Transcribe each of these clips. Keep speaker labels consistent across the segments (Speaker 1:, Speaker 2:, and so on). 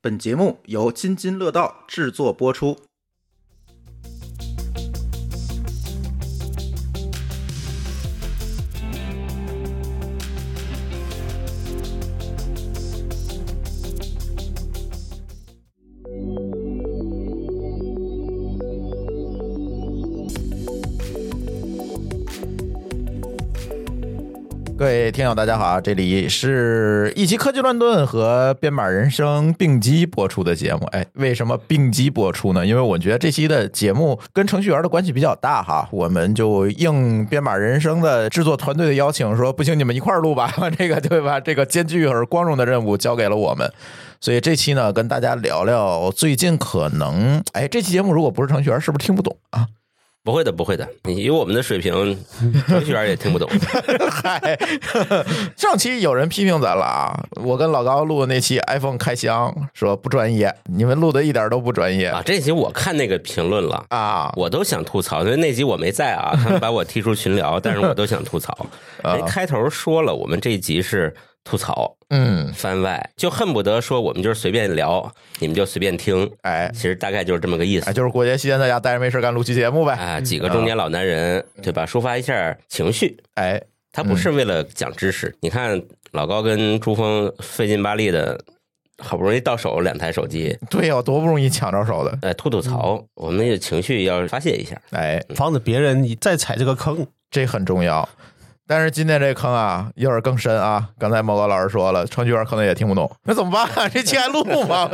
Speaker 1: 本节目由津津乐道制作播出。
Speaker 2: 各位听友，大家
Speaker 1: 啊
Speaker 2: 好，这里是一期科技乱炖和编码人生并机播出的节目。哎，为什么并机播出呢？因为我觉得这期的节目跟程序员的关系比较大哈，我们就应编码人生的制作团队的邀请说，不行，你们一块儿录吧， 这个就会把这个艰巨而光荣的任务交给了我们。所以这期呢，跟大家聊聊最近可能，哎，这期节目如果不是程序员，是不是听不懂啊？
Speaker 3: 不会的，不会的，以我们的水平，程序员也听不懂。
Speaker 2: 嗨，上期有人批评咱了啊！我跟老高录的那期 iPhone 开箱，说不专业，你们录的一点都不专业
Speaker 3: 啊！这集我看那个评论了
Speaker 2: 啊，
Speaker 3: 我都想吐槽，因为那集我没在啊，他们把我踢出群聊，但是我都想吐槽。人开头说了，我们这一集是吐槽，
Speaker 2: 嗯，
Speaker 3: 番外，就恨不得说我们就是随便聊，你们就随便听。
Speaker 2: 哎
Speaker 3: 其实大概就是这么个意思
Speaker 2: 哎，。就是过节期间在家待着没事干，录期节目呗，
Speaker 3: 啊，几个中年老男人，对吧？抒发一下情绪，
Speaker 2: 哎，
Speaker 3: 他不是为了讲知识。你看老高跟朱峰费劲巴力的，好不容易到手两台手机，
Speaker 2: 对呀，我多不容易抢着手的，
Speaker 3: 呃，吐吐槽，
Speaker 2: 嗯
Speaker 3: 我们的情绪要发泄一下。
Speaker 2: 哎，
Speaker 4: 防止别人再踩这个 坑。。
Speaker 2: 这很重要。但是今天这坑啊，有点更深啊！刚才毛高老师说了，程序员可能也听不懂，那怎么办、啊？这期还录吗？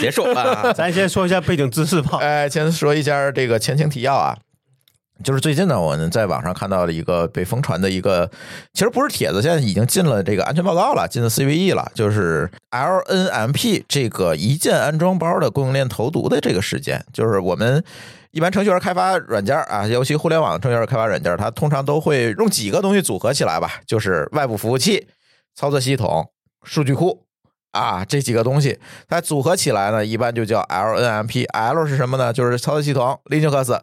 Speaker 3: 结束啊 吧
Speaker 4: 咱先说一下背景知识吧。
Speaker 2: 哎，先说一下这个前情提要啊，就是最近呢，我们在网上看到了一个被疯传的一个，其实不是帖子，现在已经进了这个安全报告了，进了 CVE 了，就是 LNMP 这个一键安装包的供应链投毒的这个事件，就是我们。一般程序员开发软件啊，尤其互联网程序员开发软件，它通常都会用几个东西组合起来吧，就是外部服务器、操作系统、数据库啊这几个东西，它组合起来呢，一般就叫 LNMP。L 是什么呢？就是操作系统 Linux。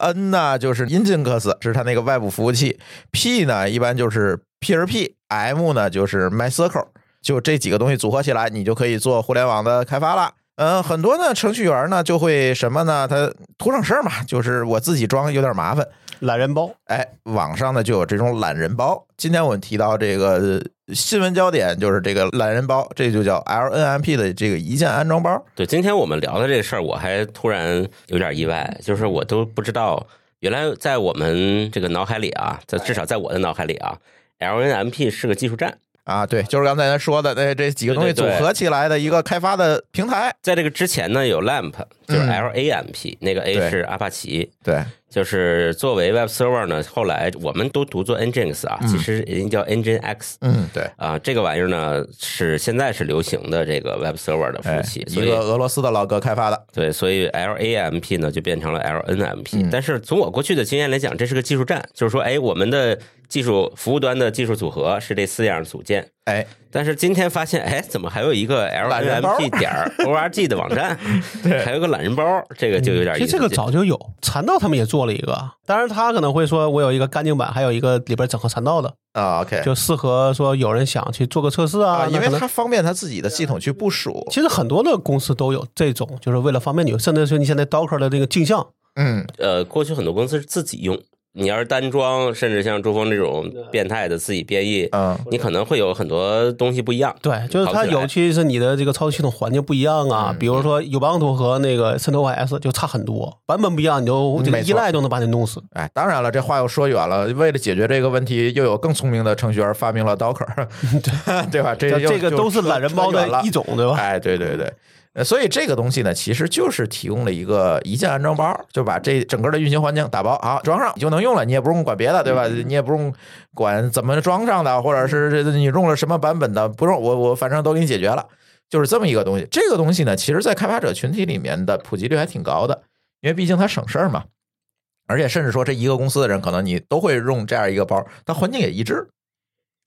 Speaker 2: N 呢就是 Nginx，是它那个外部服务器。P 呢一般就是 PHP。M 呢就是 MySQL。就这几个东西组合起来，你就可以做互联网的开发了。嗯，很多呢程序员呢就会什么呢？他图省事儿嘛，就是我自己装有点麻烦，
Speaker 4: 懒人包，
Speaker 2: 哎，网上呢就有这种懒人包。今天我们提到这个呃新闻焦点就是这个懒人包，这就叫 LNMP 的这个一键安装包。
Speaker 3: 对，今天我们聊的这事儿，我还突然有点意外，就是我都不知道，原来在我们这个脑海里啊，在至少在我的脑海里啊，LNMP 是个技术站。
Speaker 2: 啊，对，就是刚才咱说的，那这几个东西
Speaker 3: 对
Speaker 2: 组
Speaker 3: 对对
Speaker 2: 合起来的一个开发的平台。
Speaker 3: 在这个之前呢，有 LAMP，就是
Speaker 2: 嗯
Speaker 3: LAMP，、那个 A
Speaker 2: 对
Speaker 3: 是阿帕奇，
Speaker 2: 对，
Speaker 3: 就是作为 Web Server 呢，后来我们都读作 Nginx 啊，其实人家叫 Nginx。
Speaker 2: 嗯，对，
Speaker 3: 啊，这个玩意儿呢是现在是流行的这个 Web Server 的服务
Speaker 2: 哎，
Speaker 3: 器，所
Speaker 2: 一
Speaker 3: 以
Speaker 2: 个俄罗斯的老哥开发的，
Speaker 3: 对，所以 LAMP 呢就变成了
Speaker 4: 嗯
Speaker 3: LNMP、但是从我过去的经验来讲，这是个技术站，就是说，哎，我们的技术服务端的技术组合是这四样组件。
Speaker 2: 哎，
Speaker 3: 但是今天发现，哎，怎么还有一个
Speaker 2: 懒人包
Speaker 3: LNMP 点儿 org 的网站，还有个懒人包，这个就有点
Speaker 4: 嗯其
Speaker 3: 意
Speaker 4: 实
Speaker 3: 思。
Speaker 4: 这个早就有，蚕豆他们也做了一个，当然他可能会说，我有一个干净版，还有一个里边整合蚕豆的，
Speaker 2: 啊，OK，
Speaker 4: 就适合说有人想去做个测试啊，
Speaker 2: 啊，因为
Speaker 4: 那可
Speaker 2: 它
Speaker 4: 能。
Speaker 2: 方便他自己的系统去部署。
Speaker 4: 其实很多的公司都有这种，就是为了方便你，甚至说你现在 Docker 的这个镜像，
Speaker 2: 嗯，
Speaker 3: 呃，过去很多公司是自己用，你要是单装，甚至像珠峰这种变态的自己编译，
Speaker 2: 嗯
Speaker 3: 你可能会有很多东西不一样。
Speaker 4: 对，就是
Speaker 3: 跑
Speaker 4: 它
Speaker 3: 起来
Speaker 4: 尤其是你的这个操作系统环境不一样
Speaker 2: 嗯
Speaker 4: 啊，比如说 Ubuntu 和那个 CentOS 就差很多，版本不一样，你就这个
Speaker 2: 没错
Speaker 4: 依赖都能把你弄死。
Speaker 2: 哎，当然了，这话又说远了。为了解决这个问题，又有更聪明的程序员发明了 Docker，对 对吧？这
Speaker 4: 嗯这
Speaker 2: 又
Speaker 4: 这个
Speaker 2: 就
Speaker 4: 都是
Speaker 2: 扯
Speaker 4: 懒人包
Speaker 2: 扯远了
Speaker 4: 的一种，对吧？
Speaker 2: 哎，对对对，呃所以这个东西呢，其实就是提供了一个一键安装包，就把这整个的运行环境打包好，装上你就能用了，你也不用管别的，
Speaker 4: 嗯
Speaker 2: 对吧？你也不用管怎么装上的，或者是这你用了什么版本的，不用我我反正都给你解决了，就是这么一个东西。这个东西呢，其实在开发者群体里面的普及率还挺高的，因为毕竟它省事儿嘛。而且甚至说，这一个公司的人可能你都会用这样一个包，它环境也一致。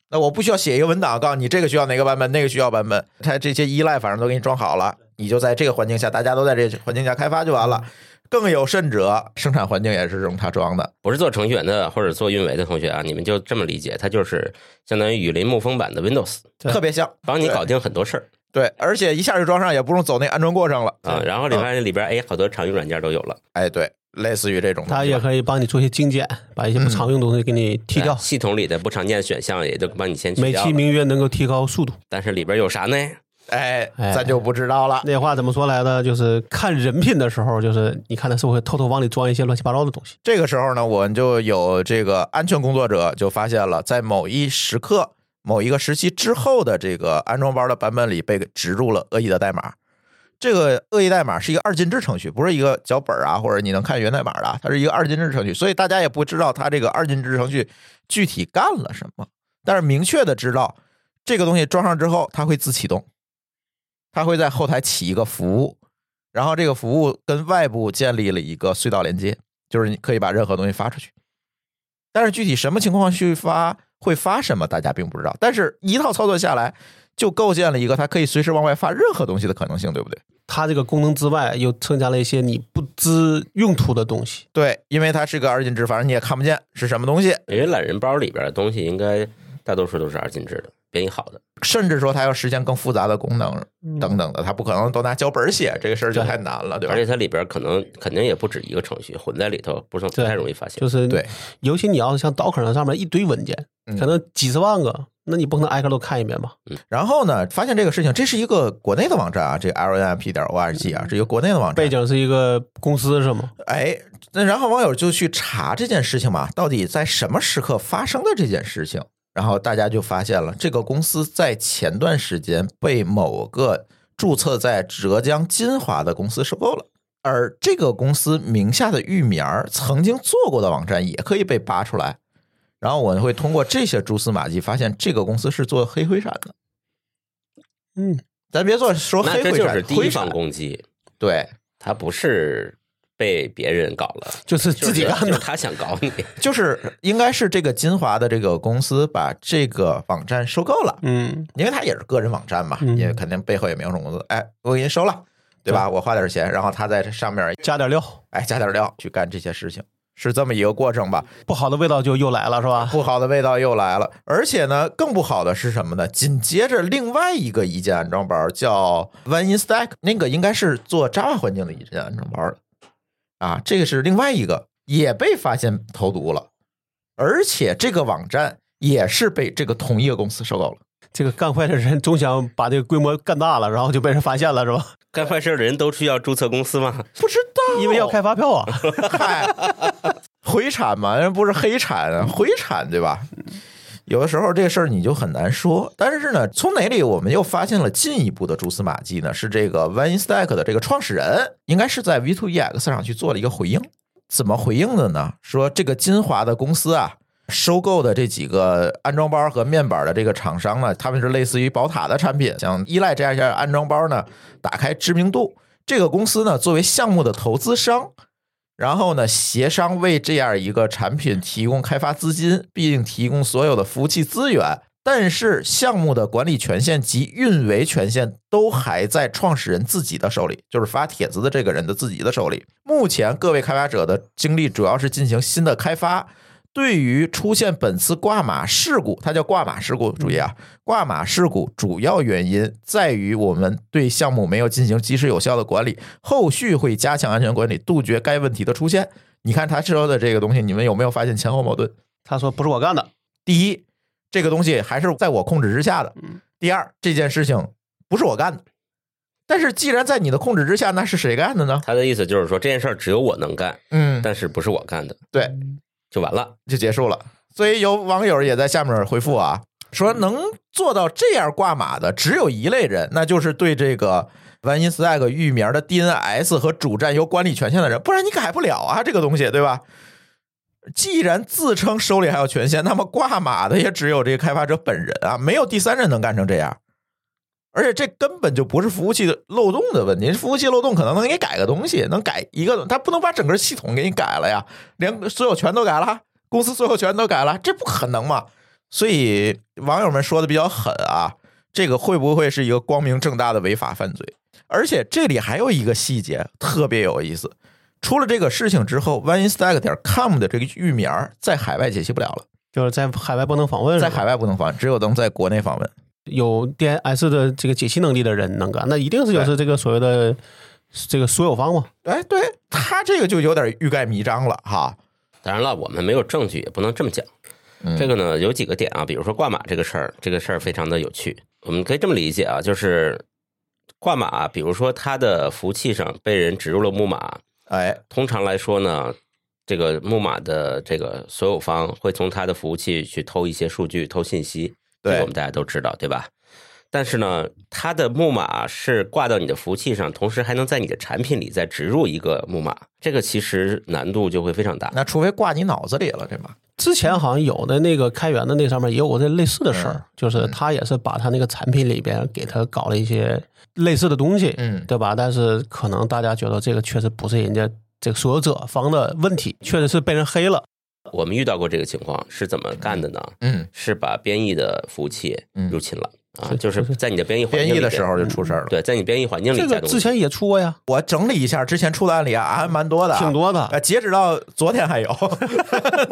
Speaker 2: 那我不需要写一个文档，告诉你这个需要哪个版本，那个需要版本，它这些依赖反正都给你装好了，你就在这个环境下，大家都在这个环境下开发就完
Speaker 4: 嗯
Speaker 2: 了。更有甚者，生产环境也是用它装的。
Speaker 3: 不是做程序员的或者做运维的同学啊，你们就这么理解，它就是相当于雨林牧风版的 Windows，
Speaker 4: 对
Speaker 2: 特别像
Speaker 3: 帮你
Speaker 2: 对
Speaker 3: 搞定很多事儿。
Speaker 2: 对，而且一下就装上，也不用走那安装过程了。
Speaker 3: 啊，然后你发现里边哎，好多常用软件都有了，
Speaker 2: 哎，对，类似于这种东西吧，
Speaker 4: 它也可以帮你做一些精简，把一些不常用的东西给你剔掉，
Speaker 3: 系统里的不常见的选项也就帮你先去
Speaker 4: 美
Speaker 3: 掉
Speaker 4: 其
Speaker 3: 了。
Speaker 4: 名曰能够提高速度。
Speaker 3: 但是里边有啥呢？
Speaker 2: 哎，
Speaker 4: 哎
Speaker 2: 咱就不知道了。
Speaker 4: 那话怎么说来的？就是看人品的时候，就是你看他是不是会偷偷往里装一些乱七八糟的东西。
Speaker 2: 这个时候呢，我们就有这个安全工作者就发现了，在某一时刻、某一个时期之后的这个安装包的版本里被植入了恶意的代码。这个恶意代码是一个二进制程序，不是一个脚本啊，或者你能看源代码的啊，它是一个二进制程序，所以大家也不知道它这个二进制程序具体干了什么，但是明确的知道这个东西装上之后，它会自启动，它会在后台起一个服务，然后这个服务跟外部建立了一个隧道连接，就是你可以把任何东西发出去。但是具体什么情况去发，会发什么，大家并不知道。但是一套操作下来，就构建了一个它可以随时往外发任何东西的可能性，对不对？
Speaker 4: 它这个功能之外，又增加了一些你不知用途的东西。
Speaker 2: 对，因为它是个二进制，反正你也看不见是什么东西，
Speaker 3: 因为懒人包里边的东西应该大多数都是二进制的，编译好的。
Speaker 2: 甚至说它要实现更复杂的功能等等的，它不可能都拿脚本写，这个事儿就
Speaker 4: 嗯对
Speaker 2: 太难了，对吧
Speaker 3: 而？且它里边可能肯定也不止一个程序混在里头，不是不
Speaker 4: 对
Speaker 3: 太容易发现。
Speaker 4: 就是
Speaker 2: 对，
Speaker 4: 尤其你要是像 Docker 上上面一堆文件，
Speaker 2: 嗯
Speaker 4: 可能几十万个，那你不可能挨个都看一遍吧？
Speaker 2: 然后呢，发现这个事情，这是一个国内的网站啊，这个 lnp 点 org 啊，是一个国内的网站。
Speaker 4: 嗯背景是一个公司是吗？
Speaker 2: 哎，那然后网友就去查这件事情嘛，到底在什么时刻发生的这件事情？然后大家就发现了，这个公司在前段时间被某个注册在浙江金华的公司收购了，而这个公司名下的域名儿曾经做过的网站也可以被扒出来。然后我们会通过这些蛛丝马迹，发现这个公司是做黑灰闪的。
Speaker 4: 嗯，
Speaker 2: 咱别说说
Speaker 3: 那
Speaker 2: 黑
Speaker 3: 这
Speaker 2: 灰
Speaker 3: 就
Speaker 2: 闪，
Speaker 3: 是第
Speaker 2: 灰
Speaker 3: 一
Speaker 2: 闪
Speaker 3: 方攻击，
Speaker 2: 对，
Speaker 3: 他不是被别人搞了，
Speaker 4: 就是
Speaker 3: 就是
Speaker 4: 自己干
Speaker 3: 就
Speaker 4: 的
Speaker 3: 是。他想搞你。
Speaker 2: 就是应该是这个金华的这个公司把这个网站收购了，
Speaker 4: 嗯，
Speaker 2: 因为它也是个人网站嘛，
Speaker 4: 嗯
Speaker 2: 也肯定背后也没有什么公司。哎，我给您收了，对吧？我花点钱，然后他在这上面
Speaker 4: 加点料，
Speaker 2: 哎加点料去干这些事情，是这么一个过程吧？
Speaker 4: 不好的味道就又来了，是吧？
Speaker 2: 不好的味道又来了，而且呢，更不好的是什么呢？紧接着另外一个一键安装包叫 One in Stack，那个应该是做 Java 环境的一键安装包的啊，这个是另外一个也被发现投毒了，而且这个网站也是被这个同一个公司收购了。
Speaker 4: 这个干坏的人总想把这个规模干大了，然后就被人发现了，是吧？
Speaker 3: 干坏事儿的人都需要注册公司吗？
Speaker 2: 不知道，
Speaker 4: 因为要开发票 啊。
Speaker 2: 嗨，回产嘛，人不是黑产啊，回产对吧？有的时候这事儿你就很难说，但是呢，从哪里我们又发现了进一步的蛛丝马迹呢？是这个 One Stack 的这个创始人，应该是在 V2EX 上去做了一个回应。怎么回应的呢？说这个金华的公司啊，收购的这几个安装包和面板的这个厂商呢，他们是类似于宝塔的产品，想依赖这样一下安装包呢，打开知名度。这个公司呢，作为项目的投资商，然后呢，协商为这样一个产品提供开发资金，并提供所有的服务器资源。但是项目的管理权限及运维权限都还在创始人自己的手里，就是发帖子的这个人的自己的手里。目前各位开发者的精力主要是进行新的开发。对于出现本次挂马事故，它叫挂马事故，注意啊，挂马事故主要原因在于我们对项目没有进行及时有效的管理，后续会加强安全管理，杜绝该问题的出现。你看他说的这个东西，你们有没有发现前后矛盾？
Speaker 4: 他说不是我干的，
Speaker 2: 第一，这个东西还是在我控制之下的；第二，这件事情不是我干的。但是既然在你的控制之下，那是谁干的呢？
Speaker 3: 他的意思就是说这件事儿只有我能干，
Speaker 2: 嗯，
Speaker 3: 但是不是我干的，
Speaker 2: 对，
Speaker 3: 就完了。
Speaker 2: 就结束了。所以有网友也在下面回复啊，说能做到这样挂码的只有一类人，那就是对这个 One in Stack 域名的 DNS 和主站有管理权限的人，不然你改不了啊，这个东西对吧？既然自称手里还有权限，那么挂码的也只有这个开发者本人啊，没有第三人能干成这样。而且这根本就不是服务器的漏洞的问题，服务器漏洞可能能给你改个东西，能改一个，它不能把整个系统给你改了呀，连所有权都改了，公司所有权都改了，这不可能嘛？所以网友们说的比较狠啊，这个会不会是一个光明正大的违法犯罪？而且这里还有一个细节特别有意思，出了这个事情之后，One in Stack 点 com 的这个域名儿在海外解析不了了，
Speaker 4: 就是在海外不能访问，
Speaker 2: 在海
Speaker 4: 外。
Speaker 2: 外不能访问，只有能在国内访问。
Speaker 4: 有 DNS 的这个解析能力的人能干，那一定是就是这个所谓的这个所有方嘛。
Speaker 2: 哎，对他这个就有点欲盖弥彰了哈。
Speaker 3: 当然了，我们没有证据，也不能这么讲。这个呢，有几个点啊，比如说挂马这个事儿，这个事儿非常的有趣。我们可以这么理解啊，就是挂马、比如说它的服务器上被人植入了木马，
Speaker 2: 哎，
Speaker 3: 通常来说呢，这个木马的这个所有方会从它的服务器去偷一些数据、偷信息，这
Speaker 2: 对
Speaker 3: 个我们大家都知道，对吧？但是呢，它的木马是挂到你的服务器上，同时还能在你的产品里再植入一个木马，这个其实难度就会非常大。
Speaker 2: 那除非挂你脑子里了，对吧？
Speaker 4: 之前好像有的那个开源的那上面也有过这类似的事
Speaker 2: 嗯
Speaker 4: 儿，就是他也是把他那个产品里边给他搞了一些类似的东西，
Speaker 2: 嗯，
Speaker 4: 对吧？但是可能大家觉得这个确实不是人家这个所有者方的问题，确实是被人黑了。
Speaker 3: 我们遇到过这个情况，是怎么干的呢？
Speaker 2: 呃嗯，
Speaker 3: 是把编译的服务器
Speaker 2: 嗯
Speaker 3: 入侵了啊，
Speaker 4: 是
Speaker 3: 就是
Speaker 4: 是
Speaker 3: 在你的编译环
Speaker 2: 编
Speaker 3: 境
Speaker 2: 译
Speaker 3: 里
Speaker 2: 的
Speaker 3: 边
Speaker 2: 时，候就出事
Speaker 4: 嗯
Speaker 2: 儿了。
Speaker 3: 对，在你编译环境
Speaker 2: 嗯
Speaker 3: 里
Speaker 4: 这
Speaker 3: 加
Speaker 4: 个
Speaker 3: 东
Speaker 4: 之
Speaker 3: 西。
Speaker 4: 前也出过呀，
Speaker 2: 我整理一下之前出的案例啊，还蛮多的啊，
Speaker 4: 挺多的。
Speaker 2: 呃，截止到昨天还有，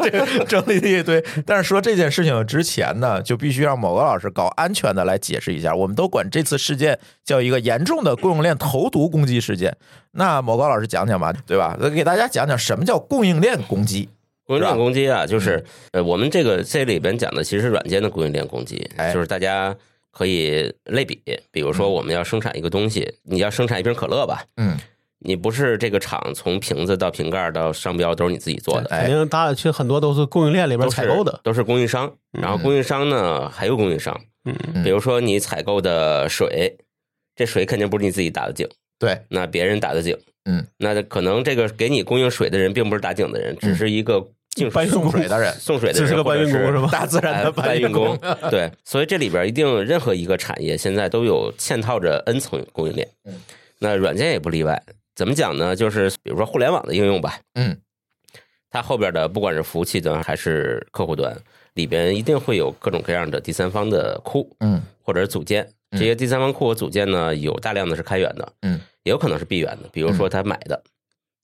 Speaker 2: 这 个整理了一堆。但是说这件事情之前呢，就必须让某个老师搞安全的来解释一下。我们都管这次事件叫一个严重的供应链投毒攻击事件。那某高老师讲讲吧，对吧？给大家讲讲什么叫供应链攻击。
Speaker 3: 供应
Speaker 2: 是吧
Speaker 3: 链攻击啊，就是呃，我们这个这里边讲的其实是软件的供应链攻击
Speaker 2: 哎，
Speaker 3: 就是大家可以类比，比如说我们要生产一个东西，你要生产一瓶可乐吧，
Speaker 2: 嗯，
Speaker 3: 你不是这个厂从瓶子到瓶盖到商标都是你自己做的，
Speaker 4: 肯定大家其实很多都是供应链里边
Speaker 3: 都是
Speaker 4: 采购的，
Speaker 3: 都是供应商，然后供应商呢还有供应商，
Speaker 4: 嗯，
Speaker 3: 比如说你采购的水，这水肯定不是你自己打的井。
Speaker 2: 对，
Speaker 3: 那别人打的井，
Speaker 2: 嗯，
Speaker 3: 那可能这个给你供应水的人并不是打井的人，只是一个净水
Speaker 4: 搬运工
Speaker 2: 送水的人，
Speaker 3: 送水的人，
Speaker 4: 只是个搬运工
Speaker 3: 或者
Speaker 4: 是吧？
Speaker 2: 大自然
Speaker 3: 哎
Speaker 2: 的
Speaker 3: 搬
Speaker 2: 运
Speaker 3: 运工，对，所以这里边一定任何一个产业现在都有嵌套着 N 层供应链
Speaker 2: 嗯，
Speaker 3: 那软件也不例外。怎么讲呢？就是比如说互联网的应用吧，
Speaker 2: 嗯，
Speaker 3: 它后边的不管是服务器端还是客户端，里边一定会有各种各样的第三方的库，
Speaker 2: 嗯，
Speaker 3: 或者是组件。这些第三方库和组件呢，有大量的是开源的，
Speaker 2: 嗯，
Speaker 3: 也有可能是闭源的，比如说他买的，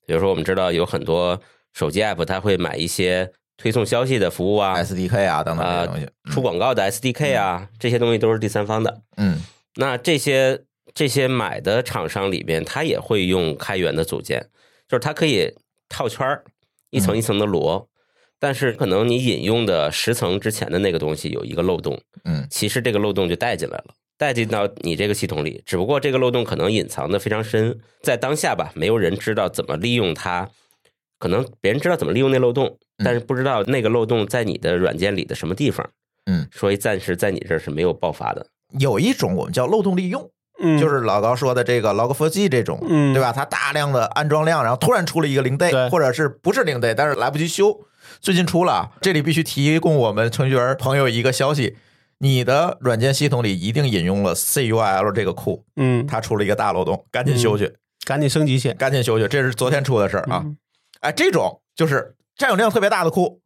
Speaker 3: 比如说我们知道有很多手机 app，它会买一些推送消息的服务啊，
Speaker 2: SDK 啊等等这些
Speaker 3: 啊
Speaker 2: 东西。
Speaker 3: 出广告的 SDK 啊，这些东西都是第三方的。
Speaker 2: 嗯
Speaker 3: 那这些这些买的厂商里边，它也会用开源的组件，就是它可以套圈儿，一层一层的摞。但是可能你引用的十层之前的那个东西有一个漏洞，
Speaker 2: 嗯
Speaker 3: 其实这个漏洞就带进来了，带进到你这个系统里。只不过这个漏洞可能隐藏的非常深，在当下吧，没有人知道怎么利用它。可能别人知道怎么利用那漏洞，但是不知道那个漏洞在你的软件里的什么地方，
Speaker 2: 嗯，
Speaker 3: 所以暂时在你这儿是没有爆发的。
Speaker 2: 有一种我们叫漏洞利用。
Speaker 4: 嗯，
Speaker 2: 就是老高说的这个 Log4j 这种，
Speaker 4: 嗯
Speaker 2: 对吧？它大量的安装量，然后突然出了一个零 day，
Speaker 4: 对
Speaker 2: 或者是不是零 day，但是来不及修，最近出了。啊这里必须提供我们程序员朋友一个消息：你的软件系统里一定引用了 CUL 这个库，
Speaker 4: 嗯，
Speaker 2: 它出了一个大漏洞，赶紧修去，
Speaker 4: 赶紧升级先
Speaker 2: 赶紧修去。这是昨天出的事儿啊！
Speaker 4: 嗯
Speaker 2: 哎，这种就是占有量特别大的库，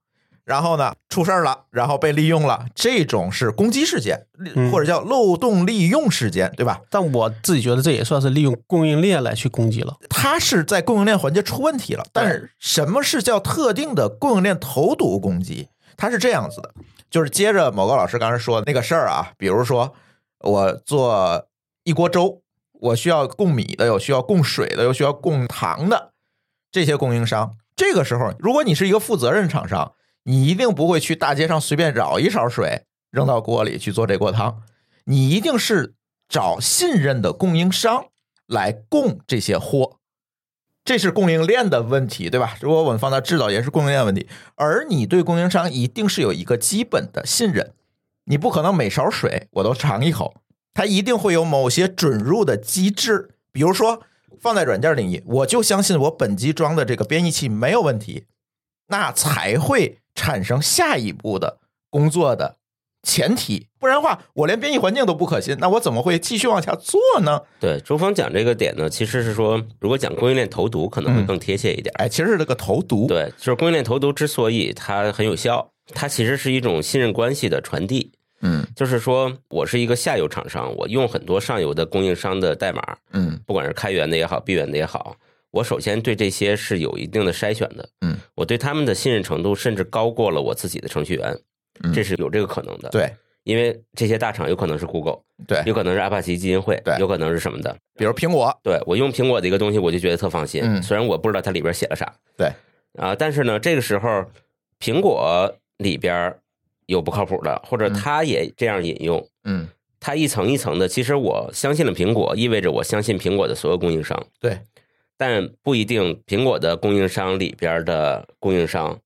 Speaker 2: 然后呢出事儿了，然后被利用了，这种是攻击事件，
Speaker 4: 嗯
Speaker 2: 或者叫漏洞利用事件，对吧？
Speaker 4: 但我自己觉得这也算是利用供应链来去攻击了。
Speaker 2: 它是在供应链环节出问题了。但是什么是叫特定的供应链投毒攻击？它是这样子的，就是接着某个老师刚才说的那个事儿啊，比如说我做一锅粥，我需要供米的，有需要供水的，有需要供糖的这些供应商。这个时候，如果你是一个负责任厂商，你一定不会去大街上随便舀一勺水扔到锅里去做这锅汤，你一定是找信任的供应商来供这些货，这是供应链的问题，对吧？如果我们放到制造业是供应链问题，而你对供应商一定是有一个基本的信任，你不可能每勺水我都尝一口，它一定会有某些准入的机制，比如说放在软件领域，我就相信我本机装的这个编译器没有问题，那才会产生下一步的工作的前提，不然的话，我连编译环境都不可信，那我怎么会继续往下做呢？
Speaker 3: 对，周峰讲这个点呢，其实是说，如果讲供应链投毒，可能会更贴切一点。
Speaker 2: 哎，其实是这个投毒，
Speaker 3: 对，就是供应链投毒之所以它很有效，它其实是一种信任关系的传递。
Speaker 2: 嗯
Speaker 3: 就是说我是一个下游厂商，我用很多上游的供应商的代码，
Speaker 2: 嗯
Speaker 3: 不管是开源的也好，闭源的也好，我首先对这些是有一定的筛选的。
Speaker 2: 嗯，
Speaker 3: 我对他们的信任程度甚至高过了我自己的程序员
Speaker 2: 嗯，
Speaker 3: 这是有这个可能的。
Speaker 2: 对，
Speaker 3: 因为这些大厂有可能是 Google，
Speaker 2: 对，
Speaker 3: 有可能是阿帕奇基金会
Speaker 2: 对，
Speaker 3: 有可能是什么的。
Speaker 2: 比如苹果，
Speaker 3: 对我用苹果的一个东西，我就觉得特放心。
Speaker 2: 嗯
Speaker 3: 虽然我不知道它里边写了啥，
Speaker 2: 对
Speaker 3: 啊，但是呢，这个时候苹果里边有不靠谱的，或者
Speaker 2: 嗯
Speaker 3: 它也这样引用，
Speaker 2: 嗯，
Speaker 3: 它一层一层的。其实我相信了苹果，意味着我相信苹果的所有供应商，
Speaker 2: 对，
Speaker 3: 但不一定苹果的供应商里边的供应商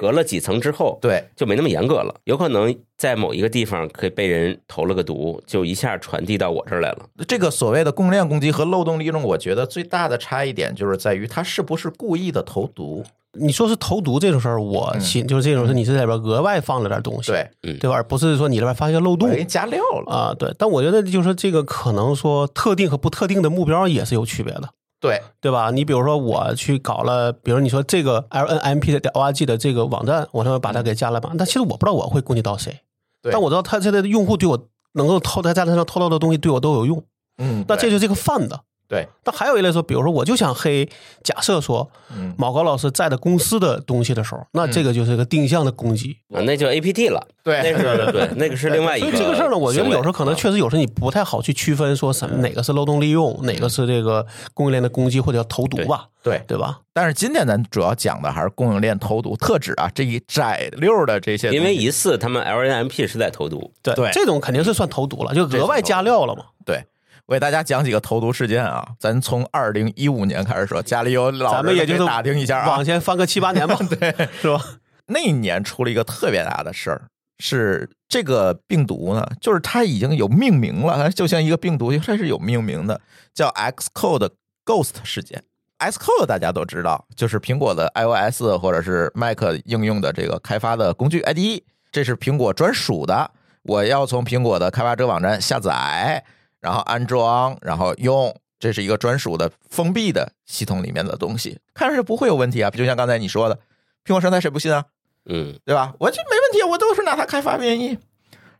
Speaker 3: 隔了几层之后，
Speaker 2: 对，
Speaker 3: 就没那么严格了。有可能在某一个地方可以被人投了个毒，就一下传递到我这儿来了。
Speaker 2: 这个所谓的供应链攻击和漏洞利用，我觉得最大的差异点就是在于它是不是故意的投毒。
Speaker 4: 你说是投毒这种事儿，我信、就是这种事，你是在里边额外放了点东西，
Speaker 2: 对，
Speaker 4: 对吧？而不是说你里边发现漏
Speaker 2: 我
Speaker 4: 洞
Speaker 2: 给你加料了。
Speaker 4: 啊、对。但我觉得就是说这个可能说特定和不特定的目标也是有区别的。
Speaker 2: 对，
Speaker 4: 对吧？你比如说，我去搞了，比如你说这个 LNMP 的 LRG 的这个网站，我上面把它给加了码，但其实我不知道我会攻击到谁，
Speaker 2: 对
Speaker 4: 但我知道他现在的用户对我能够偷在站上偷到的东西对我都有用，
Speaker 2: 嗯，
Speaker 4: 那这
Speaker 2: 对
Speaker 4: 就是这个贩子。
Speaker 2: 对，
Speaker 4: 但还有一类说，比如说我就想黑，假设说
Speaker 2: 嗯，
Speaker 4: 毛高老师在的公司的东西的时候，那这个就是个定向的攻击。
Speaker 3: 啊，那就 A P T 了。那
Speaker 2: 对，
Speaker 3: 个对，那个是另外一
Speaker 4: 所
Speaker 3: 个行
Speaker 4: 以
Speaker 3: 为。
Speaker 4: 这个事儿呢，我觉得有时候可
Speaker 2: 嗯
Speaker 4: 能
Speaker 3: 啊
Speaker 4: 确实有时候你不太好去区分说什么哪个是漏洞利用，哪个是这个供应链的攻击或者叫投毒吧，
Speaker 2: 对。
Speaker 4: 对吧？
Speaker 2: 但是今天咱主要讲的还是供应链投毒，特指啊这一窄溜的这些东西，
Speaker 3: 因为疑似他们 L N M P 是在投毒，
Speaker 4: 对，
Speaker 2: 对
Speaker 4: 这种肯定是算投毒了，就额外加料了嘛。
Speaker 2: 对。我给大家讲几个投毒事件啊，咱从二零一五年开始说，家里有老人
Speaker 4: 咱们也就是
Speaker 2: 可以打听一下啊
Speaker 4: 往。前翻个七八 年吧，对，是吧？
Speaker 2: 那一年出了一个特别大的事儿，是这个病毒呢，就是它已经有命名了，它就像一个病毒，它是有命名的，叫 Xcode Ghost 事件。Xcode 大家都知道，就是苹果的 iOS 或者是 Mac 应用的这个开发的工具 IDE，这是苹果专属的。我要从苹果的开发者网站下载，然后安装，然后用，这是一个专属的封闭的系统里面的东西，看上去不会有问题啊。就像刚才你说的，苹果生态谁不信啊？
Speaker 3: 嗯，
Speaker 2: 对吧？我这没问题，我都是拿它开发编译。